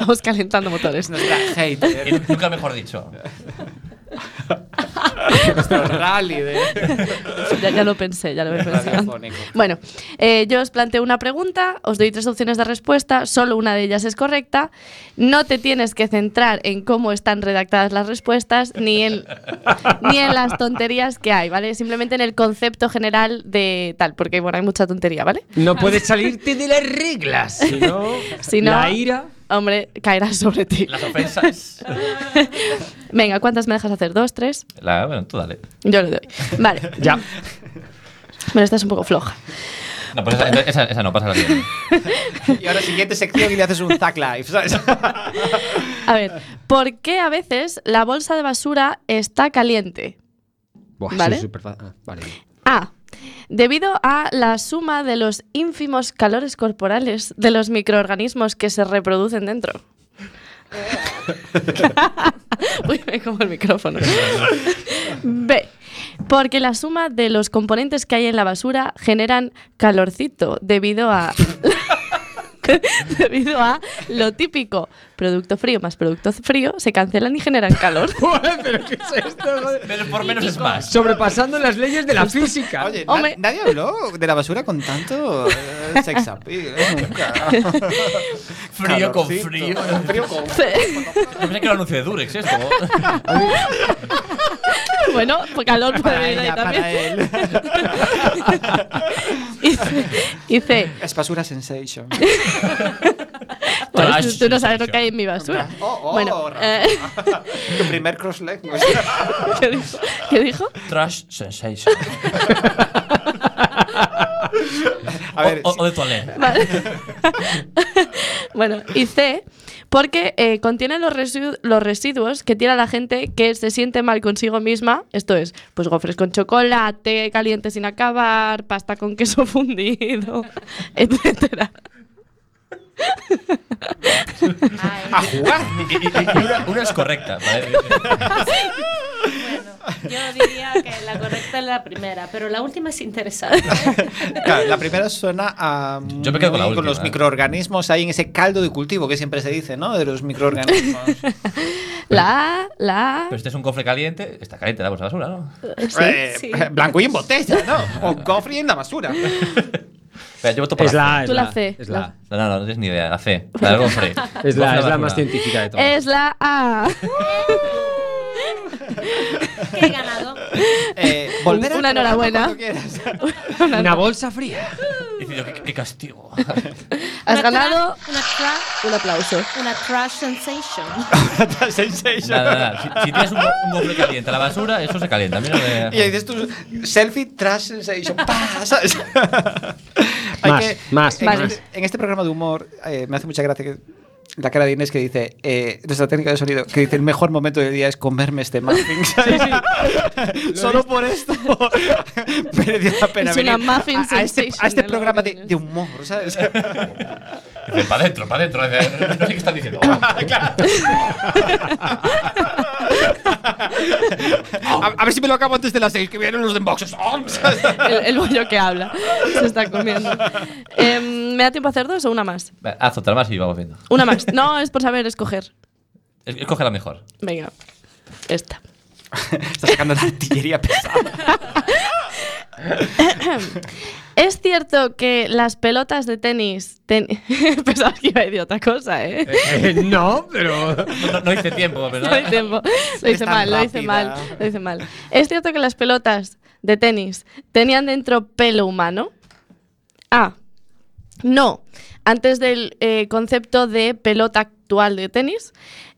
[SPEAKER 4] Vamos calentando motores.
[SPEAKER 3] Y Eh, nunca mejor dicho.
[SPEAKER 6] Nuestro rally de.
[SPEAKER 4] ya, ya lo pensé, ya lo había pensado.
[SPEAKER 6] Radiofónico.
[SPEAKER 4] Bueno, eh, yo os planteo una pregunta, os doy tres opciones de respuesta, solo una de ellas es correcta. No te tienes que centrar en cómo están redactadas las respuestas ni en, ni en las tonterías que hay, ¿vale? Simplemente en el concepto general de tal, porque bueno, hay mucha tontería, ¿vale?
[SPEAKER 5] No puedes salirte de las reglas. Si no,
[SPEAKER 4] Si no,
[SPEAKER 5] la ira.
[SPEAKER 4] Hombre, caerá sobre ti.
[SPEAKER 3] Las ofensas.
[SPEAKER 4] Venga, ¿cuántas me dejas hacer? ¿Dos, tres?
[SPEAKER 3] La, bueno, tú dale.
[SPEAKER 4] Yo le doy. Vale.
[SPEAKER 5] Ya.
[SPEAKER 4] Bueno, esta es un poco floja.
[SPEAKER 3] No, pues esa, esa- esa no, pasa la siguiente.
[SPEAKER 6] Y ahora, siguiente sección y le haces un Zack Life, ¿sabes?
[SPEAKER 4] A ver, ¿por qué a veces la bolsa de basura está caliente?
[SPEAKER 5] Buah,
[SPEAKER 4] ¿Vale?
[SPEAKER 5] soy súper fa- ah, vale.
[SPEAKER 4] A. Debido a la suma de los ínfimos calores corporales de los microorganismos que se reproducen dentro. Uy, me como el micrófono. B. Porque la suma de los componentes que hay en la basura generan calorcito debido a. debido a lo típico. Producto frío más producto frío se cancelan y generan calor.
[SPEAKER 5] ¿Pero qué es esto?
[SPEAKER 3] Pero por menos es más.
[SPEAKER 5] Sobrepasando las leyes de la física.
[SPEAKER 6] Oye, na- nadie habló de la basura con tanto eh, sex appeal. ¿eh? Nunca.
[SPEAKER 3] Frío con
[SPEAKER 6] Calorcito.
[SPEAKER 3] frío.
[SPEAKER 6] Frío
[SPEAKER 3] Yo
[SPEAKER 6] con
[SPEAKER 3] pensé que era un anuncio de Durex ¿eh? esto.
[SPEAKER 4] bueno, pues calor puede
[SPEAKER 6] Para
[SPEAKER 4] venir ahí
[SPEAKER 6] ella, para
[SPEAKER 4] también. y, C, y C.
[SPEAKER 6] Es basura sensation.
[SPEAKER 4] Bueno,
[SPEAKER 6] Trash
[SPEAKER 4] tú, tú no sabes lo que hay en mi basura.
[SPEAKER 6] Oh, oh,
[SPEAKER 4] bueno,
[SPEAKER 6] Rafa.
[SPEAKER 4] eh,
[SPEAKER 6] Tu primer cross leg.
[SPEAKER 4] ¿qué dijo? ¿Qué dijo?
[SPEAKER 3] Trash Sensation.
[SPEAKER 6] A ver,
[SPEAKER 3] o, o- o de toalé.
[SPEAKER 4] Vale. bueno, y C, porque eh, contiene los, residu- los residuos que tiene la gente que se siente mal consigo misma. Esto es, pues gofres con chocolate, caliente sin acabar, pasta con queso fundido, etcétera.
[SPEAKER 6] A jugar.
[SPEAKER 3] Y, y- y una, una es correcta. ¿vale?
[SPEAKER 13] Yo diría que la correcta es la primera, pero la última es interesante.
[SPEAKER 6] Claro, la primera suena a.
[SPEAKER 3] Yo me quedo con la
[SPEAKER 6] muy-
[SPEAKER 3] última,
[SPEAKER 6] los
[SPEAKER 3] eh.
[SPEAKER 6] microorganismos ahí en ese caldo de cultivo que siempre se dice, ¿no? De los microorganismos.
[SPEAKER 4] La A, la A.
[SPEAKER 3] Pero este es un cofre caliente, está caliente la bolsa de basura, ¿no?
[SPEAKER 4] Sí,
[SPEAKER 6] Eh,
[SPEAKER 4] sí.
[SPEAKER 6] Blanco y en botella, ¿no? O cofre en la basura.
[SPEAKER 3] Espera, yo voto por
[SPEAKER 5] Es la A, es
[SPEAKER 4] Tú la
[SPEAKER 5] la-
[SPEAKER 4] C.
[SPEAKER 5] es la A.
[SPEAKER 3] No, no, no, no tienes ni idea, la C, la del cofre.
[SPEAKER 5] Es
[SPEAKER 3] Cofre
[SPEAKER 5] la,
[SPEAKER 3] de
[SPEAKER 5] es la
[SPEAKER 3] basura.
[SPEAKER 5] más científica de todas.
[SPEAKER 4] Es la A.
[SPEAKER 13] Que he ganado.
[SPEAKER 6] Eh, volver al
[SPEAKER 4] Una
[SPEAKER 6] programa
[SPEAKER 4] enhorabuena.
[SPEAKER 6] cuando quieras.
[SPEAKER 5] Una bolsa fría.
[SPEAKER 3] Y digo, qué, qué castigo.
[SPEAKER 4] Has
[SPEAKER 13] Una
[SPEAKER 4] ganado
[SPEAKER 13] tra- Una, tra-
[SPEAKER 4] un aplauso.
[SPEAKER 13] una trash sensation.
[SPEAKER 3] Nada, nada, si, si tienes un, un cofre caliente a la basura, eso se calienta. Mira, lo
[SPEAKER 6] Y
[SPEAKER 3] que-
[SPEAKER 6] ahí dices tú, selfie tras sensation. pa, ¿sabes? Hay
[SPEAKER 5] Más, más,
[SPEAKER 6] en,
[SPEAKER 5] más.
[SPEAKER 6] Este, en este programa de humor eh, me hace mucha gracia que la cara de Inés que dice, eh, nuestra técnica de sonido, que dice el mejor momento del día es comerme este muffin. ¿sabes? Solo por esto mereció la pena
[SPEAKER 4] Es una
[SPEAKER 6] venir a-
[SPEAKER 4] muffin
[SPEAKER 6] a, este,
[SPEAKER 4] sensation
[SPEAKER 6] a este
[SPEAKER 4] de la
[SPEAKER 6] programa de,
[SPEAKER 4] Inés.
[SPEAKER 6] de humor, ¿sabes?
[SPEAKER 3] Dice, para adentro, para adentro. No sé qué estás diciendo.
[SPEAKER 6] A, a ver si me lo acabo antes de las seis, que vienen los unboxes.
[SPEAKER 4] El, el bollo que habla. Se está comiendo. Em, ¿Me da tiempo a hacer dos o una más?
[SPEAKER 3] Va, Haz otra más y vamos viendo.
[SPEAKER 4] Una más. No, es por saber escoger.
[SPEAKER 3] Es- Escoge la mejor.
[SPEAKER 4] Venga. Esta.
[SPEAKER 6] Está sacando la artillería pesada.
[SPEAKER 4] ¿Es cierto que las pelotas de tenis... ten- Pensaba que iba a decir otra cosa, ¿eh?
[SPEAKER 5] Eh, no, pero.
[SPEAKER 3] No, no- no hice tiempo,
[SPEAKER 4] No hay
[SPEAKER 3] ¿verdad?
[SPEAKER 4] tiempo. Lo hice
[SPEAKER 6] tan
[SPEAKER 4] mal, lo hice
[SPEAKER 6] rápida.
[SPEAKER 4] mal, lo hice mal. ¿Es cierto que las pelotas de tenis tenían dentro pelo humano? A. No. Antes del eh, concepto de pelota actual de tenis,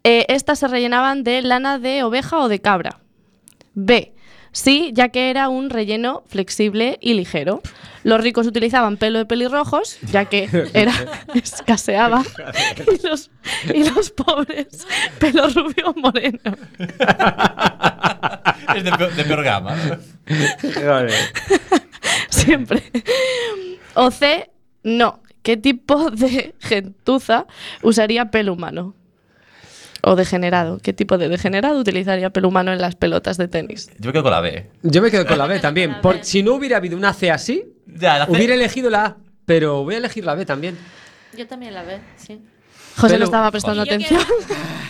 [SPEAKER 4] eh, estas se rellenaban de lana de oveja o de cabra. B. Sí, ya que era un relleno flexible y ligero. Los ricos utilizaban pelo de pelirrojos, ya que era escaseaba. Y los, y los pobres, pelo rubio o moreno.
[SPEAKER 3] Es de peor, de peor gama.
[SPEAKER 5] Vale.
[SPEAKER 4] Siempre. O C, no. ¿Qué tipo de gentuza usaría pelo humano? O degenerado. ¿Qué tipo de degenerado utilizaría pelo humano en las pelotas de tenis?
[SPEAKER 3] Yo me quedo con la B.
[SPEAKER 5] Yo me quedo con la B también. Por, si no hubiera habido una C así,
[SPEAKER 3] Ya, la C.
[SPEAKER 5] hubiera elegido la A, pero voy a elegir la B también.
[SPEAKER 13] Yo también la veo, sí.
[SPEAKER 4] José
[SPEAKER 5] Pelo-
[SPEAKER 4] no estaba prestando
[SPEAKER 13] Y yo
[SPEAKER 4] atención.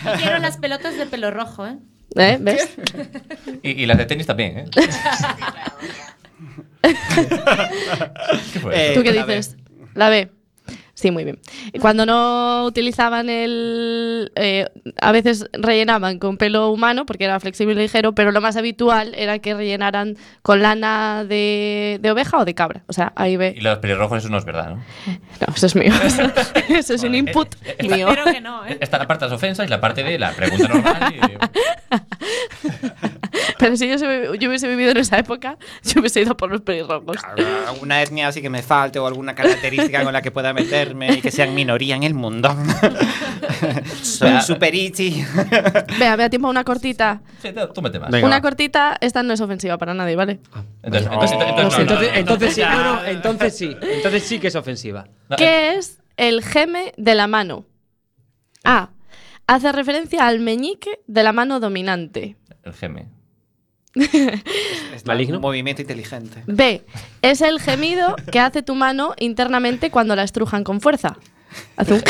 [SPEAKER 13] Quiero, y quiero las pelotas de pelo rojo, ¿eh?
[SPEAKER 4] ¿Eh? ¿Ves?
[SPEAKER 3] Y, y las de tenis también, ¿eh? ¿Qué fue?
[SPEAKER 6] Eh,
[SPEAKER 4] ¿Tú qué
[SPEAKER 6] la B.
[SPEAKER 4] dices? La B. Sí, muy bien. Cuando no utilizaban el... eh, a veces rellenaban con pelo humano porque era flexible y ligero, pero lo más habitual era que rellenaran con lana de, de oveja o de cabra. O sea, ahí
[SPEAKER 3] Y
[SPEAKER 4] ve...
[SPEAKER 3] los pelirrojos, eso no es verdad, ¿no?
[SPEAKER 4] No, eso es mío. eso es un input mío.
[SPEAKER 13] Espero que no, ¿eh?
[SPEAKER 3] Está la parte de las ofensas y la parte de la pregunta normal. y-
[SPEAKER 4] Pero si yo, se- yo hubiese vivido en esa época, yo hubiese ido por los pelirrojos.
[SPEAKER 6] Alguna etnia así que me falte o alguna característica con la que pueda meterme y que sean minoría en el mundo. Soy
[SPEAKER 3] Ya.
[SPEAKER 6] superichi.
[SPEAKER 4] Vea, vea, tiempo a una cortita.
[SPEAKER 3] Sí, no, tú mete más.
[SPEAKER 5] Venga,
[SPEAKER 4] Una
[SPEAKER 5] va.
[SPEAKER 4] cortita, esta no es ofensiva para nadie, ¿vale?
[SPEAKER 3] Entonces, entonces,
[SPEAKER 6] No.
[SPEAKER 3] entonces, no, no, no, no.
[SPEAKER 5] entonces, entonces sí, no, no, entonces sí, entonces sí que es ofensiva.
[SPEAKER 3] No,
[SPEAKER 4] ¿Qué es el geme de la mano? A. Hace referencia al meñique de la mano dominante.
[SPEAKER 3] El geme.
[SPEAKER 6] Es
[SPEAKER 5] Maligno.
[SPEAKER 6] Un movimiento inteligente.
[SPEAKER 4] B. Es el gemido que hace tu mano internamente cuando la estrujan con fuerza. Hace un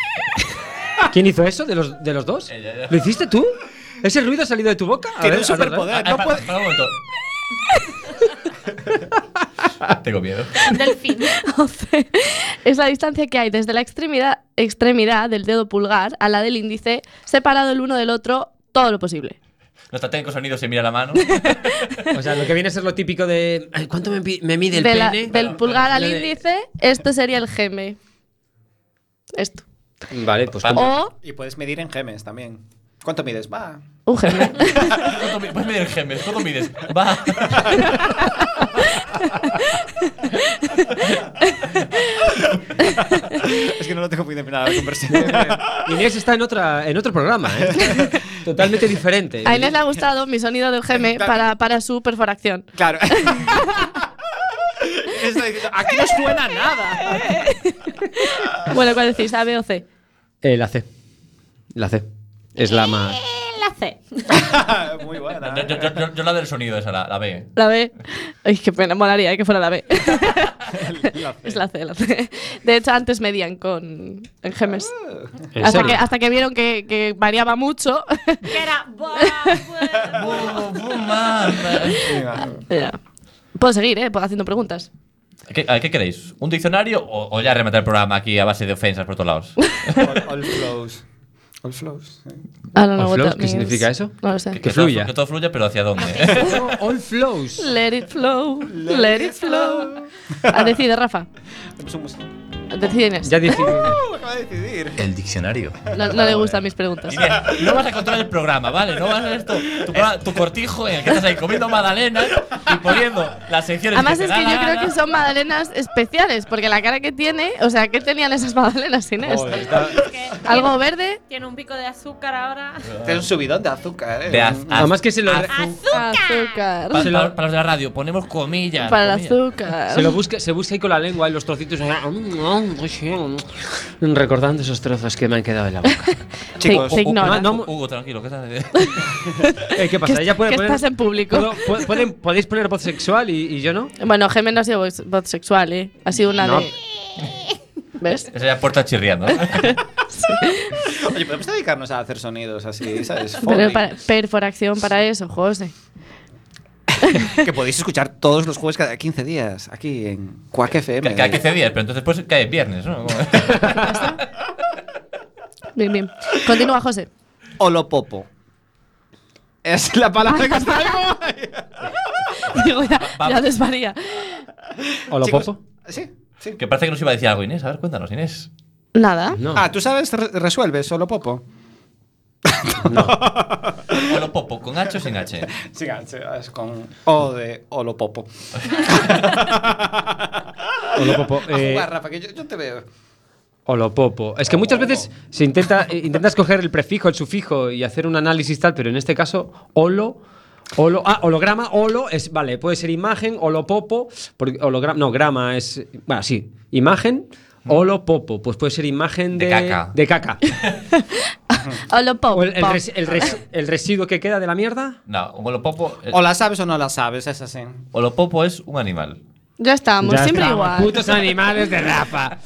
[SPEAKER 5] ¿Quién hizo eso de los, de los dos?
[SPEAKER 3] Ella, ella.
[SPEAKER 5] ¿Lo hiciste tú? ¿Ese ruido ha salido de tu boca? A
[SPEAKER 6] Eh, Tiene un
[SPEAKER 5] ver, a ver,
[SPEAKER 6] superpoder.
[SPEAKER 5] a ver.
[SPEAKER 3] Ah,
[SPEAKER 6] no
[SPEAKER 3] ah, pa-
[SPEAKER 6] puede-
[SPEAKER 3] para un momento. Tengo miedo.
[SPEAKER 13] Un delfín.
[SPEAKER 4] O C. Es la distancia que hay desde la extremidad, extremidad del dedo pulgar a la del índice, separado el uno del otro todo lo posible.
[SPEAKER 3] Nuestra técnico sonido se mira la mano.
[SPEAKER 5] Ah, O sea, lo que viene a ser lo típico de. "Ay, ¿Cuánto me, pi- me mide el
[SPEAKER 4] De la-
[SPEAKER 5] pene?
[SPEAKER 4] del pulgar al
[SPEAKER 5] Lo de-
[SPEAKER 4] índice, esto sería el geme. Esto.
[SPEAKER 5] Vale, pues.
[SPEAKER 3] Pa-
[SPEAKER 4] O
[SPEAKER 6] Y puedes medir en gemes también. ¿Cuánto mides? Va.
[SPEAKER 4] un geme.
[SPEAKER 3] ¿Cuánto mi- puedes medir Pues el geme? ¿Cuánto mides? Va.
[SPEAKER 6] Es que no lo tengo muy definida la conversación.
[SPEAKER 5] Inés está en, otra, en otro programa, ¿eh? Totalmente diferente.
[SPEAKER 4] A Inés le ha gustado mi sonido del geme para, para su perforación.
[SPEAKER 6] claro. Estoy diciendo, aquí no suena nada.
[SPEAKER 4] Bueno, ¿cuál decís? ¿A, B o C?
[SPEAKER 5] Eh, la C. La C. Es la más.
[SPEAKER 7] Eh, la
[SPEAKER 13] C.
[SPEAKER 15] Muy
[SPEAKER 6] ¿eh?
[SPEAKER 15] buena.
[SPEAKER 3] Yo, yo- yo- yo- yo la del sonido, esa, la, la B.
[SPEAKER 4] La B. Ay, qué pena, molaría eh, que fuera la B. Es la C, la C. De hecho, antes medían con en Gemes.
[SPEAKER 5] ¿En
[SPEAKER 4] Hasta
[SPEAKER 5] serio?
[SPEAKER 4] que, hasta que vieron que, que variaba mucho.
[SPEAKER 13] Que era. "Buah,
[SPEAKER 3] buah".
[SPEAKER 4] Ya. Puedo seguir, ¿eh? Haciendo preguntas.
[SPEAKER 3] ¿Qué, a- qué queréis? ¿Un diccionario o, o ya rematar el programa aquí a base de ofensas por todos lados?
[SPEAKER 6] All flows. All flows. eh.
[SPEAKER 4] I don't know
[SPEAKER 3] All
[SPEAKER 4] what
[SPEAKER 3] flows,
[SPEAKER 4] that
[SPEAKER 3] ¿qué
[SPEAKER 4] means.
[SPEAKER 3] significa eso?
[SPEAKER 4] No lo sé.
[SPEAKER 3] Que todo flu- que todo fluya, pero ¿hacia dónde?
[SPEAKER 5] All flows.
[SPEAKER 4] Let it flow, let it flow. Ah, Decide, Rafa. Decide Inés.
[SPEAKER 5] Ya decidí.
[SPEAKER 2] El diccionario.
[SPEAKER 4] No, no le gustan mis preguntas.
[SPEAKER 3] Inés, no vas a controlar el programa, ¿vale? No vas a hacer tu, tu, programa- tu cortijo en el que estás ahí comiendo magdalenas y poniendo las secciones
[SPEAKER 4] Además
[SPEAKER 3] que
[SPEAKER 4] es
[SPEAKER 3] te da
[SPEAKER 4] que
[SPEAKER 3] la
[SPEAKER 4] yo creo
[SPEAKER 3] gana.
[SPEAKER 4] que son magdalenas especiales, porque la cara que tiene, o sea, ¿qué tenían esas magdalenas, Inés? Algo verde.
[SPEAKER 13] Tiene un pico de azúcar ahora.
[SPEAKER 6] Tiene un subidón de azúcar, eh.
[SPEAKER 3] De az- az-
[SPEAKER 5] Además que se lo,
[SPEAKER 3] az-
[SPEAKER 4] Azúcar.
[SPEAKER 3] pa- pa- para los de la radio, ponemos comillas.
[SPEAKER 4] Para el
[SPEAKER 3] comillas.
[SPEAKER 4] azúcar.
[SPEAKER 5] se lo busca, se busca ahí con la lengua y mm, los trocitos. mm, Recordando esos trozos que me han quedado en la boca.
[SPEAKER 4] Chicos, te
[SPEAKER 3] Hugo,
[SPEAKER 4] ignora.
[SPEAKER 3] no, Hugo, Hugo, tranquilo, ¿qué estás haciendo?
[SPEAKER 5] Eh, ¿Qué pasa?
[SPEAKER 4] ¿Qué-
[SPEAKER 5] Ella puede
[SPEAKER 4] qué
[SPEAKER 5] poner-
[SPEAKER 4] estás en público?
[SPEAKER 5] puedo- pu- pueden- ¿Podéis poner voz sexual y, y yo no?
[SPEAKER 4] Bueno, Gemen no ha sido voz, voz sexual, ¿eh? Ha sido una
[SPEAKER 5] No.
[SPEAKER 4] de. ¿Ves?
[SPEAKER 3] Esa ya puerta chirriando. ¿eh? ¿no?
[SPEAKER 6] Oye, podemos dedicarnos a hacer sonidos así, ¿sabes?
[SPEAKER 4] Pero
[SPEAKER 6] Foley.
[SPEAKER 4] para, perforación para eso, José.
[SPEAKER 6] Que podéis escuchar todos los jueves cada 15 días aquí en Quack FM.
[SPEAKER 3] Cada 15 días, pero entonces pues cae viernes, ¿no?
[SPEAKER 4] Bien, bien. Continúa, José.
[SPEAKER 6] Olopopo. Es la palabra que está
[SPEAKER 4] Digo, ya, ya desvaría.
[SPEAKER 5] ¿Hola,
[SPEAKER 6] Chicos,
[SPEAKER 5] Popo?
[SPEAKER 6] Sí, sí.
[SPEAKER 3] que parece que nos iba a decir algo Inés. A ver, cuéntanos, Inés.
[SPEAKER 4] Nada.
[SPEAKER 5] No.
[SPEAKER 6] Ah, ¿tú sabes? Re- Resuelves Olopopo.
[SPEAKER 3] Olo Popo, con H o sin H.
[SPEAKER 6] Sigan, es con O de Olopopo.
[SPEAKER 5] Hola, Popo.
[SPEAKER 6] A
[SPEAKER 5] Eh,
[SPEAKER 6] jugar, Ah, Rafa, que yo, yo te veo.
[SPEAKER 5] Hola, Popo. Es que muchas veces se intenta, eh, intentas coger el prefijo, el sufijo y hacer un análisis tal, pero en este caso, holo. Holo, ah, holograma, holo, es, vale, puede ser imagen, holopopo, porque holograma, no, grama es, bueno, sí, imagen, holopopo, pues puede ser imagen de,
[SPEAKER 3] De caca.
[SPEAKER 5] de caca.
[SPEAKER 4] Hola, Pop.
[SPEAKER 5] O el, el
[SPEAKER 4] Pop.
[SPEAKER 5] res- el res- el residuo que queda de la mierda.
[SPEAKER 3] No, un Olo Popo. eh,
[SPEAKER 6] O la sabes o no la sabes, es así.
[SPEAKER 3] Olo Popo es un animal.
[SPEAKER 4] Ya estamos,
[SPEAKER 5] Ya
[SPEAKER 4] siempre
[SPEAKER 5] estamos,
[SPEAKER 4] igual.
[SPEAKER 5] Putos animales de Rafa.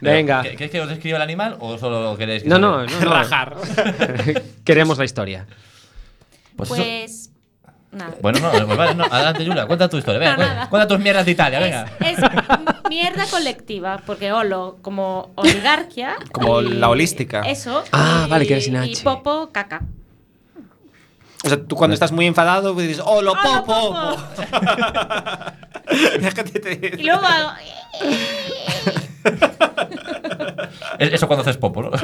[SPEAKER 5] Venga.
[SPEAKER 3] ¿Qué- ¿Queréis que os describa el animal o solo queréis que
[SPEAKER 5] No,
[SPEAKER 3] se-
[SPEAKER 5] no, no. no. Queremos la historia.
[SPEAKER 3] Pues, eso-
[SPEAKER 13] Pues. Nada.
[SPEAKER 3] Bueno, no, pues vale, no, adelante, Yula, cuenta tu historia. Venga,
[SPEAKER 13] No,
[SPEAKER 3] cuenta,
[SPEAKER 13] nada.
[SPEAKER 3] cuenta tus mierdas de Italia, venga.
[SPEAKER 13] Es, es mierda colectiva, porque Olo, como oligarquía.
[SPEAKER 6] Como
[SPEAKER 13] y
[SPEAKER 6] la holística.
[SPEAKER 13] Eso.
[SPEAKER 5] Ah,
[SPEAKER 13] y-
[SPEAKER 5] vale, que era sin
[SPEAKER 13] Y
[SPEAKER 5] H.
[SPEAKER 13] Popo, caca.
[SPEAKER 6] O sea, tú cuando estás muy enfadado pues dices Olopopo.
[SPEAKER 13] Olopopo.
[SPEAKER 6] Es que te- te-
[SPEAKER 13] Y luego hago.
[SPEAKER 3] Es- Eso cuando haces popo, ¿no?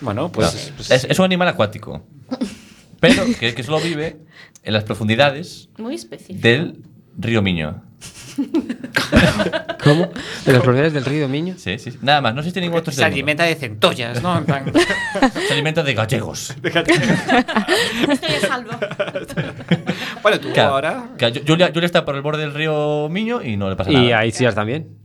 [SPEAKER 6] Bueno,
[SPEAKER 3] No,
[SPEAKER 6] pues. pues-
[SPEAKER 3] es, es un animal acuático. Pero que, que solo vive en las profundidades
[SPEAKER 13] Muy específico.
[SPEAKER 3] del río Miño.
[SPEAKER 5] ¿Cómo? De las propiedades del río Miño.
[SPEAKER 3] Sí, sí. sí. Nada más, no existe ningún otro
[SPEAKER 6] se
[SPEAKER 3] ser vivo.
[SPEAKER 6] alimenta de centollas, ¿no? En plan-
[SPEAKER 3] Se alimenta de gallegos.
[SPEAKER 13] Estoy a salvo.
[SPEAKER 6] bueno, tú
[SPEAKER 3] Claro,
[SPEAKER 6] ahora.
[SPEAKER 3] claro, Ju- Julia, Julia está por el borde del río Miño y no le pasa
[SPEAKER 5] Y
[SPEAKER 3] nada.
[SPEAKER 5] ahí sí también.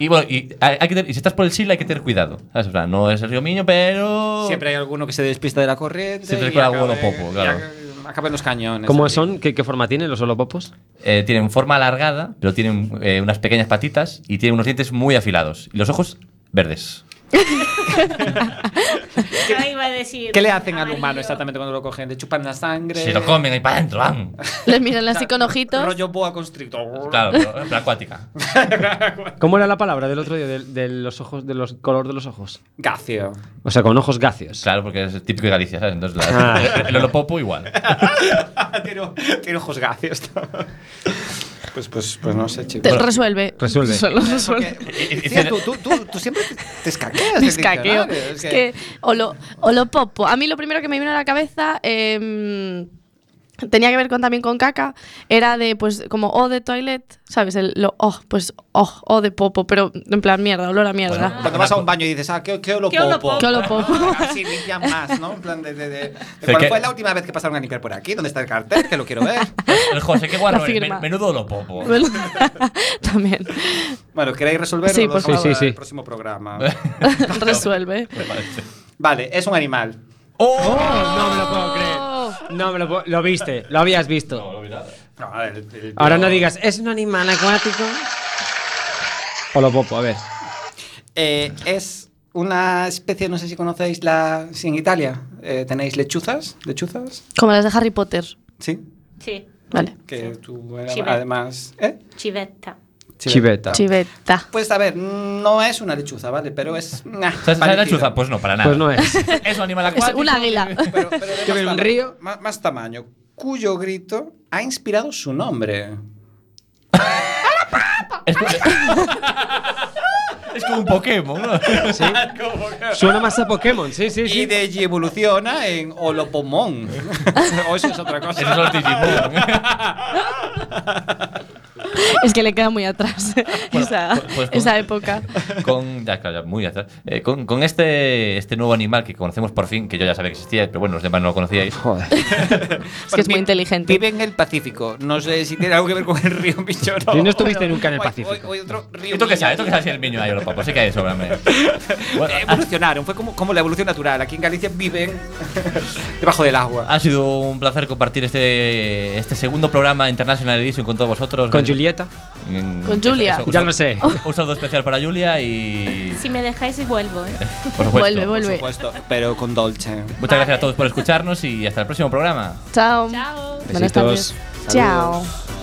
[SPEAKER 3] Y bueno, y, hay- hay que tener- y si estás por el Chile hay que tener cuidado. ¿sabes? O sea, no es el río Miño, pero...
[SPEAKER 6] Siempre hay alguno que se despista de la corriente.
[SPEAKER 3] Siempre
[SPEAKER 6] y
[SPEAKER 3] con
[SPEAKER 6] acaba-
[SPEAKER 3] algún Olopopo,
[SPEAKER 6] y
[SPEAKER 3] claro.
[SPEAKER 6] ac- Acaba en los cañones.
[SPEAKER 5] ¿Cómo
[SPEAKER 6] Ahí.
[SPEAKER 5] son? ¿Qué, qué forma tienen los holopopos?
[SPEAKER 3] Eh, tienen forma alargada, pero tienen eh, unas pequeñas patitas y tienen unos dientes muy afilados. Y los ojos verdes.
[SPEAKER 13] Ahí iba a decir.
[SPEAKER 6] ¿Qué le hacen al
[SPEAKER 13] amarillo.
[SPEAKER 6] humano exactamente cuando lo cogen? Le chupan la sangre.
[SPEAKER 3] Se lo comen ahí para adentro, van.
[SPEAKER 4] Les miran así con ojitos.
[SPEAKER 6] Rollo boa constrictor.
[SPEAKER 3] Claro, pero, pero acuática.
[SPEAKER 5] ¿Cómo era la palabra del otro día del- de, los ojos, de los color de los ojos?
[SPEAKER 6] Gacio.
[SPEAKER 5] O sea, con ojos gacios.
[SPEAKER 3] Claro, porque es típico de Galicia, ¿sabes? Entonces, la-
[SPEAKER 5] Ah.
[SPEAKER 3] el olopopo igual.
[SPEAKER 6] tiene, tiene ojos gacios. pues, pues, pues no sé,
[SPEAKER 4] Te-
[SPEAKER 6] chicos.
[SPEAKER 4] resuelve.
[SPEAKER 5] Resuelve.
[SPEAKER 4] Solo resuelve.
[SPEAKER 6] Porque- Tía, tú, tú, tú, tú siempre te- te escaqueas. del
[SPEAKER 4] Escaqueo.
[SPEAKER 6] diccionario,
[SPEAKER 4] Es que, o, lo, o lo popo. A mí lo primero que me vino a la cabeza em, tenía que ver con, también con caca. Era de, pues, como o de toilet, ¿sabes? El, lo oh, pues oh, o de popo, pero en plan mierda, olor a mierda.
[SPEAKER 3] Bueno.
[SPEAKER 6] Cuando vas a un baño y dices, ah, qué, qué
[SPEAKER 13] Qué
[SPEAKER 6] olopopo.
[SPEAKER 13] olopopo.
[SPEAKER 4] Qué olopopo.
[SPEAKER 6] Así limpian más, ¿no? En plan de. de, de- de
[SPEAKER 3] sea,
[SPEAKER 6] ¿Cuál
[SPEAKER 3] que-
[SPEAKER 6] fue la última vez que pasaron a limpiar por aquí? ¿Dónde está el cartel? Que lo quiero ver.
[SPEAKER 3] El José, qué guarro
[SPEAKER 4] La
[SPEAKER 3] eres,
[SPEAKER 4] firma.
[SPEAKER 3] men- Menudo olopopo.
[SPEAKER 4] Bueno, también.
[SPEAKER 6] Bueno, ¿queréis resolverlo?
[SPEAKER 4] Sí,
[SPEAKER 6] Lo
[SPEAKER 4] por
[SPEAKER 6] dejamos
[SPEAKER 5] favor. Sí, sí,
[SPEAKER 6] para
[SPEAKER 5] sí.
[SPEAKER 6] El próximo programa.
[SPEAKER 4] resuelve.
[SPEAKER 3] Me parece.
[SPEAKER 6] Vale, es un animal.
[SPEAKER 5] ¡Oh! No me lo puedo creer. No me lo puedo. Lo viste, lo habías visto.
[SPEAKER 6] No, a ver, el- el-
[SPEAKER 5] Ahora no digas, es un animal acuático. O lo popo, a ver.
[SPEAKER 6] Eh, es una especie, no sé si conocéis la. Si en Italia eh, tenéis lechuzas, lechuzas,
[SPEAKER 4] Como las de Harry Potter.
[SPEAKER 6] Sí.
[SPEAKER 13] Sí.
[SPEAKER 4] Vale.
[SPEAKER 6] que tú eh,
[SPEAKER 13] Chiveta.
[SPEAKER 6] además. ¿eh?
[SPEAKER 13] Chiveta.
[SPEAKER 5] Chiveta.
[SPEAKER 4] Chiveta.
[SPEAKER 6] Pues a ver, no es una lechuza, ¿vale? Pero es. nah,
[SPEAKER 3] ¿Sabes la
[SPEAKER 6] parecida.
[SPEAKER 3] lechuza? Pues no, para nada.
[SPEAKER 5] Pues no es.
[SPEAKER 3] Es un animal
[SPEAKER 4] Es
[SPEAKER 3] acuático.
[SPEAKER 4] un águila.
[SPEAKER 6] Pero de más tama- ma- Más, tamaño, cuyo grito ha inspirado su nombre.
[SPEAKER 3] Es como un Pokémon, ¿no?
[SPEAKER 5] Sí. Suena más a Pokémon, sí, sí, sí.
[SPEAKER 6] Y de allí evoluciona en Olopomón. o eso es otra cosa.
[SPEAKER 3] Esos son los Digimon.
[SPEAKER 4] Es que le queda muy atrás esa,
[SPEAKER 3] pues-
[SPEAKER 4] esa época.
[SPEAKER 3] con, ya, claro, ya, muy atrás. Eh, con, con este, este nuevo animal que conocemos por fin, que yo ya sabía que existía, pero bueno, los demás no lo conocíais.
[SPEAKER 4] Es que es muy inteligente.
[SPEAKER 6] Vive en el Pacífico. No sé si tiene algo que ver con el río Michoacán.
[SPEAKER 5] Y no estuviste nunca en el Pacífico.
[SPEAKER 6] otro río
[SPEAKER 3] ¿Esto qué
[SPEAKER 6] Miño.
[SPEAKER 3] sabes? ¿Esto qué sabes si el niño de Europa? Pues sí que hay eso, hombre. Bueno,
[SPEAKER 6] Eh, Evolucionaron, fue como, como la evolución natural. Aquí en Galicia viven debajo del agua.
[SPEAKER 3] Ha sido un placer compartir este, este segundo programa International Edition con todos vosotros.
[SPEAKER 5] Con Julieta.
[SPEAKER 3] Mm,
[SPEAKER 4] Con Julia.
[SPEAKER 3] un
[SPEAKER 5] Ya
[SPEAKER 3] sal-
[SPEAKER 5] lo sé.
[SPEAKER 3] Un saludo especial para Julia y.
[SPEAKER 13] Si me dejáis, vuelvo, ¿eh?
[SPEAKER 3] Por supuesto.
[SPEAKER 4] Vuelve, vuelve.
[SPEAKER 6] supuesto, pero con Dolce.
[SPEAKER 3] Muchas gracias a todos por escucharnos y hasta el próximo programa.
[SPEAKER 4] Chao.
[SPEAKER 13] Chao.
[SPEAKER 4] Buenas tardes.
[SPEAKER 5] Besitos.
[SPEAKER 4] Chao.
[SPEAKER 6] Saludos.